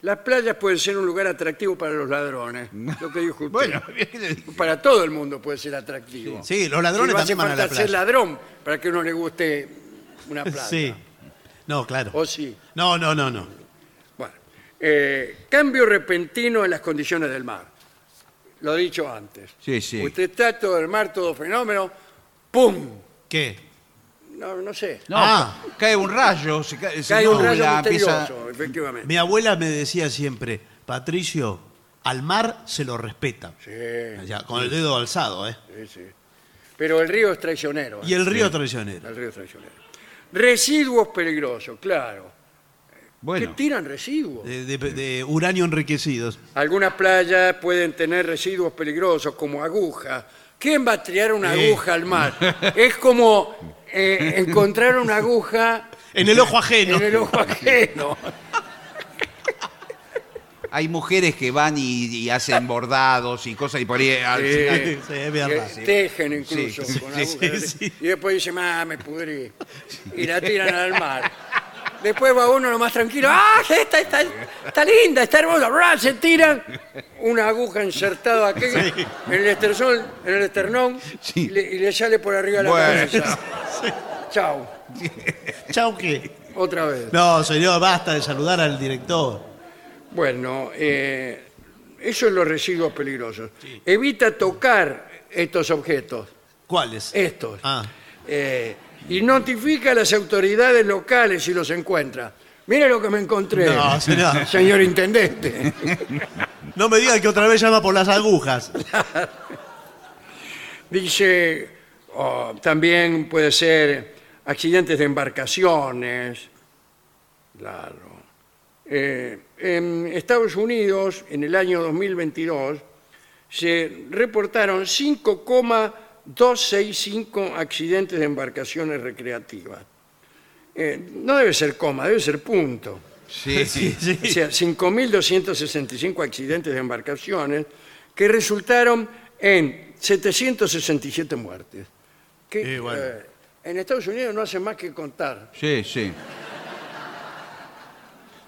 [SPEAKER 2] las playas pueden ser un lugar atractivo para los ladrones. Lo que dijo usted.
[SPEAKER 5] Bueno, ¿qué le dije?
[SPEAKER 2] para todo el mundo puede ser atractivo.
[SPEAKER 3] sí, los ladrones
[SPEAKER 2] Y no hace
[SPEAKER 3] también van a la
[SPEAKER 2] falta ser
[SPEAKER 3] playa.
[SPEAKER 2] ladrón para que uno le guste una playa.
[SPEAKER 3] Sí. No, claro.
[SPEAKER 2] O sí.
[SPEAKER 3] No, no, no, no.
[SPEAKER 2] Bueno, eh, cambio repentino en las condiciones del mar. Lo he dicho antes.
[SPEAKER 5] Sí, sí.
[SPEAKER 2] Usted está todo el mar, todo fenómeno, ¡pum!
[SPEAKER 3] ¿Qué?
[SPEAKER 2] No, no sé.
[SPEAKER 5] No,
[SPEAKER 3] Ah.
[SPEAKER 5] cae un rayo, se cae, se
[SPEAKER 2] Cae un
[SPEAKER 5] nubla,
[SPEAKER 2] rayo
[SPEAKER 5] empieza-
[SPEAKER 2] misterioso, efectivamente.
[SPEAKER 3] Mi abuela me decía siempre, Patricio, al mar se lo respeta.
[SPEAKER 2] Sí,
[SPEAKER 3] Ya, con el dedo alzado, ¿eh?
[SPEAKER 2] sí, sí. Pero el río es traicionero. ¿eh?
[SPEAKER 3] Y el río traicionero.
[SPEAKER 2] El río es traicionero. Residuos peligrosos, claro.
[SPEAKER 5] Bueno,
[SPEAKER 2] ¿Qué tiran residuos?
[SPEAKER 3] De, de- de uranio enriquecidos.
[SPEAKER 2] Algunas playas pueden tener residuos peligrosos como agujas. ¿Quién va a tirar una
[SPEAKER 3] Sí.
[SPEAKER 2] aguja al mar? Es como eh, encontrar una aguja
[SPEAKER 3] En el ojo ajeno.
[SPEAKER 2] en el ojo ajeno.
[SPEAKER 5] hay mujeres que van y, y hacen bordados y cosas y por ahí ah, al
[SPEAKER 2] Sí.
[SPEAKER 5] final-
[SPEAKER 3] Sí, es verdad.
[SPEAKER 2] Que Tejen incluso
[SPEAKER 5] Sí,
[SPEAKER 2] con
[SPEAKER 3] sí,
[SPEAKER 2] agujas.
[SPEAKER 3] sí, sí.
[SPEAKER 2] Y después dice, "Ma, me pudrí. Y la tiran al mar. Después va uno lo más tranquilo. ¡Ah, esta está, está linda, está hermosa! ¡Bra! Se tiran una aguja insertada aquí en, el esterzón, en el esternón
[SPEAKER 5] Sí.
[SPEAKER 2] y, le, y le sale por arriba la
[SPEAKER 5] Bueno.
[SPEAKER 2] cabeza. Chao,
[SPEAKER 3] Chau, ¿qué?
[SPEAKER 2] otra vez.
[SPEAKER 3] No, señor, basta de saludar al director.
[SPEAKER 2] Bueno, eh, eso es los residuos peligrosos. Evita tocar estos objetos,
[SPEAKER 3] ¿Cuáles?
[SPEAKER 2] estos.
[SPEAKER 3] Ah,
[SPEAKER 2] Eh, y notifica a las autoridades locales si los encuentra. Mire lo que me encontré,
[SPEAKER 3] No, señor.
[SPEAKER 2] señor intendente.
[SPEAKER 3] no me diga que otra vez llama por las agujas.
[SPEAKER 2] Dice, oh, también puede ser accidentes de embarcaciones. Claro. Eh, en Estados Unidos, en el año 2022, se reportaron 5,265 accidentes de embarcaciones recreativas. Eh, no debe ser coma, debe ser punto.
[SPEAKER 5] Sí, sí.
[SPEAKER 2] O sea, 5.265 accidentes de embarcaciones que resultaron en 767 muertes. Que,
[SPEAKER 3] Eh, bueno.
[SPEAKER 2] eh, en Estados Unidos no hacen más que contar.
[SPEAKER 5] Sí, sí.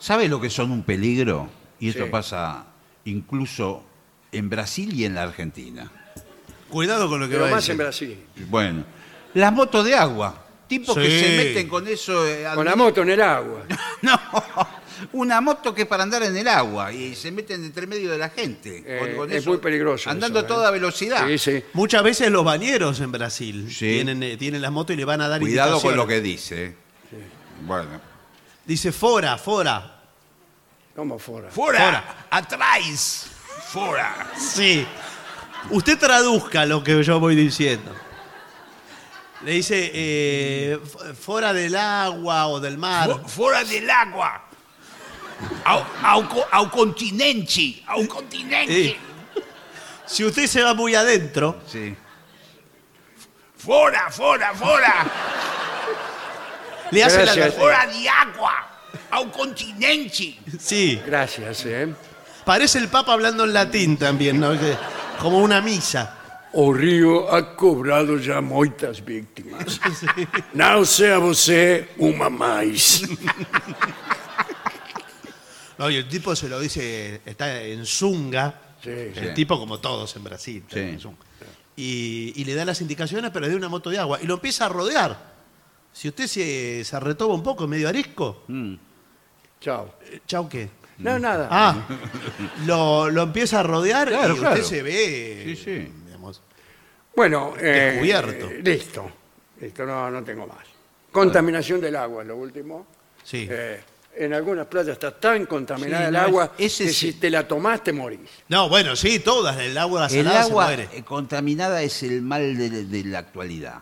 [SPEAKER 5] ¿Sabes lo que son un peligro? Y esto
[SPEAKER 2] Sí.
[SPEAKER 5] pasa incluso en Brasil y en la Argentina.
[SPEAKER 3] Cuidado con lo que
[SPEAKER 2] Pero
[SPEAKER 3] va a
[SPEAKER 2] más
[SPEAKER 3] decir.
[SPEAKER 2] en Brasil.
[SPEAKER 5] Bueno, las motos de agua. Tipos que
[SPEAKER 3] Sí.
[SPEAKER 5] se meten con eso. eh,
[SPEAKER 2] Con la
[SPEAKER 5] al-
[SPEAKER 2] moto en el agua.
[SPEAKER 5] No, una moto que es para andar en el agua y se meten entre medio de la gente.
[SPEAKER 2] Eh,
[SPEAKER 5] con- con
[SPEAKER 2] es
[SPEAKER 5] eso,
[SPEAKER 2] muy peligroso
[SPEAKER 5] Andando
[SPEAKER 2] eso,
[SPEAKER 5] a
[SPEAKER 2] ¿eh?
[SPEAKER 5] toda velocidad.
[SPEAKER 2] Sí, sí.
[SPEAKER 3] Muchas veces los bañeros en Brasil
[SPEAKER 5] Sí.
[SPEAKER 3] tienen, eh, tienen las motos y le van a dar
[SPEAKER 5] Cuidado con
[SPEAKER 3] indicaciones.
[SPEAKER 5] lo que dice. eh. Bueno.
[SPEAKER 3] Dice fora, fora.
[SPEAKER 2] Como fuera.
[SPEAKER 5] Fuera, atrás, fuera.
[SPEAKER 3] Sí. Usted traduzca lo que yo voy diciendo. Le dice eh, f- fuera del agua o del mar.
[SPEAKER 5] Fu- Fuera del agua. Au, au co- au continente, au continente.
[SPEAKER 3] Sí. Si usted se va muy adentro,
[SPEAKER 5] Sí. Fuera, fuera, fuera.
[SPEAKER 3] le hace
[SPEAKER 2] Gracias.
[SPEAKER 3] la...
[SPEAKER 5] Fuera de agua, au continente.
[SPEAKER 3] Sí.
[SPEAKER 2] Gracias, ¿eh?
[SPEAKER 3] Parece el Papa hablando en latín también, ¿no? Que- Como una misa.
[SPEAKER 2] O río ha cobrado ya moitas víctimas. No sea você uma mais.
[SPEAKER 3] No, y el tipo se lo dice, está en zunga.
[SPEAKER 2] Sí, sí.
[SPEAKER 3] El tipo como todos en Brasil. está
[SPEAKER 5] Sí.
[SPEAKER 3] en zunga. Y, y le da las indicaciones, pero le da una moto de agua. Y lo empieza a rodear. Si usted se, se retoba un poco, medio arisco,
[SPEAKER 2] Chao.
[SPEAKER 3] eh, chau qué.
[SPEAKER 2] No, nada.
[SPEAKER 3] Ah, lo, lo empieza a rodear
[SPEAKER 5] Claro,
[SPEAKER 3] y usted
[SPEAKER 5] claro.
[SPEAKER 3] se ve,
[SPEAKER 5] Sí, sí.
[SPEAKER 3] digamos,
[SPEAKER 2] Bueno, eh,
[SPEAKER 3] Descubierto.
[SPEAKER 2] eh, listo. Listo, no, no tengo más. Contaminación del agua, lo último.
[SPEAKER 3] sí.
[SPEAKER 2] Eh, en algunas playas está tan contaminada
[SPEAKER 5] Sí,
[SPEAKER 2] el
[SPEAKER 5] no,
[SPEAKER 2] agua
[SPEAKER 5] es- ese
[SPEAKER 2] que
[SPEAKER 5] sí.
[SPEAKER 2] si te la tomás te morís.
[SPEAKER 3] No, bueno, sí, todas. El agua
[SPEAKER 5] El
[SPEAKER 3] salada
[SPEAKER 5] agua
[SPEAKER 3] se muere.
[SPEAKER 5] eh, contaminada es el mal de, de la actualidad.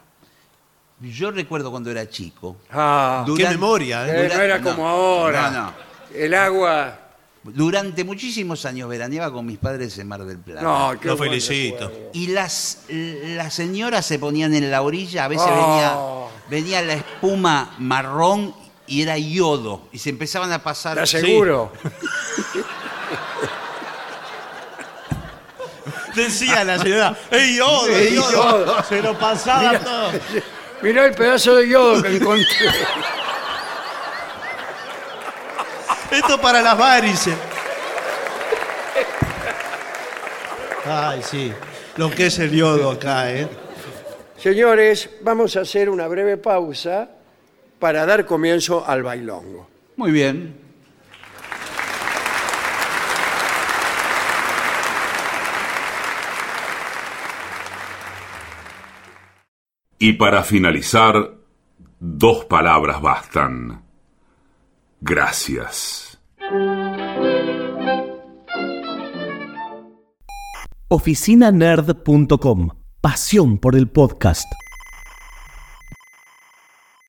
[SPEAKER 5] Yo recuerdo cuando era chico.
[SPEAKER 2] Ah,
[SPEAKER 3] Qué memoria, ¿eh?
[SPEAKER 5] Durante-
[SPEAKER 2] no era como ahora.
[SPEAKER 5] No, no.
[SPEAKER 2] El agua.
[SPEAKER 5] Durante muchísimos años veraneaba con mis padres en Mar del Plata.
[SPEAKER 2] No, qué
[SPEAKER 3] Lo
[SPEAKER 2] buen
[SPEAKER 3] felicito.
[SPEAKER 2] recuerdo.
[SPEAKER 5] Y las, las señoras se ponían en la orilla, a veces
[SPEAKER 2] Oh.
[SPEAKER 5] venía, venía la espuma marrón y era yodo. Y se empezaban a pasar.
[SPEAKER 2] Te aseguro.
[SPEAKER 3] Decía la señora, ¡Ey, yodo!
[SPEAKER 2] Ey,
[SPEAKER 3] ¡Ey, yodo!
[SPEAKER 2] yodo.
[SPEAKER 3] Se lo pasaba todo.
[SPEAKER 2] Mirá el pedazo de yodo que encontré.
[SPEAKER 3] Esto para las varices. Ay, sí. Lo que es el yodo acá, ¿eh?
[SPEAKER 2] Señores, vamos a hacer una breve pausa para dar comienzo al bailongo.
[SPEAKER 5] Muy bien.
[SPEAKER 6] Y para finalizar, dos palabras bastan. Gracias.
[SPEAKER 7] oficinanerd.com. Pasión por el podcast.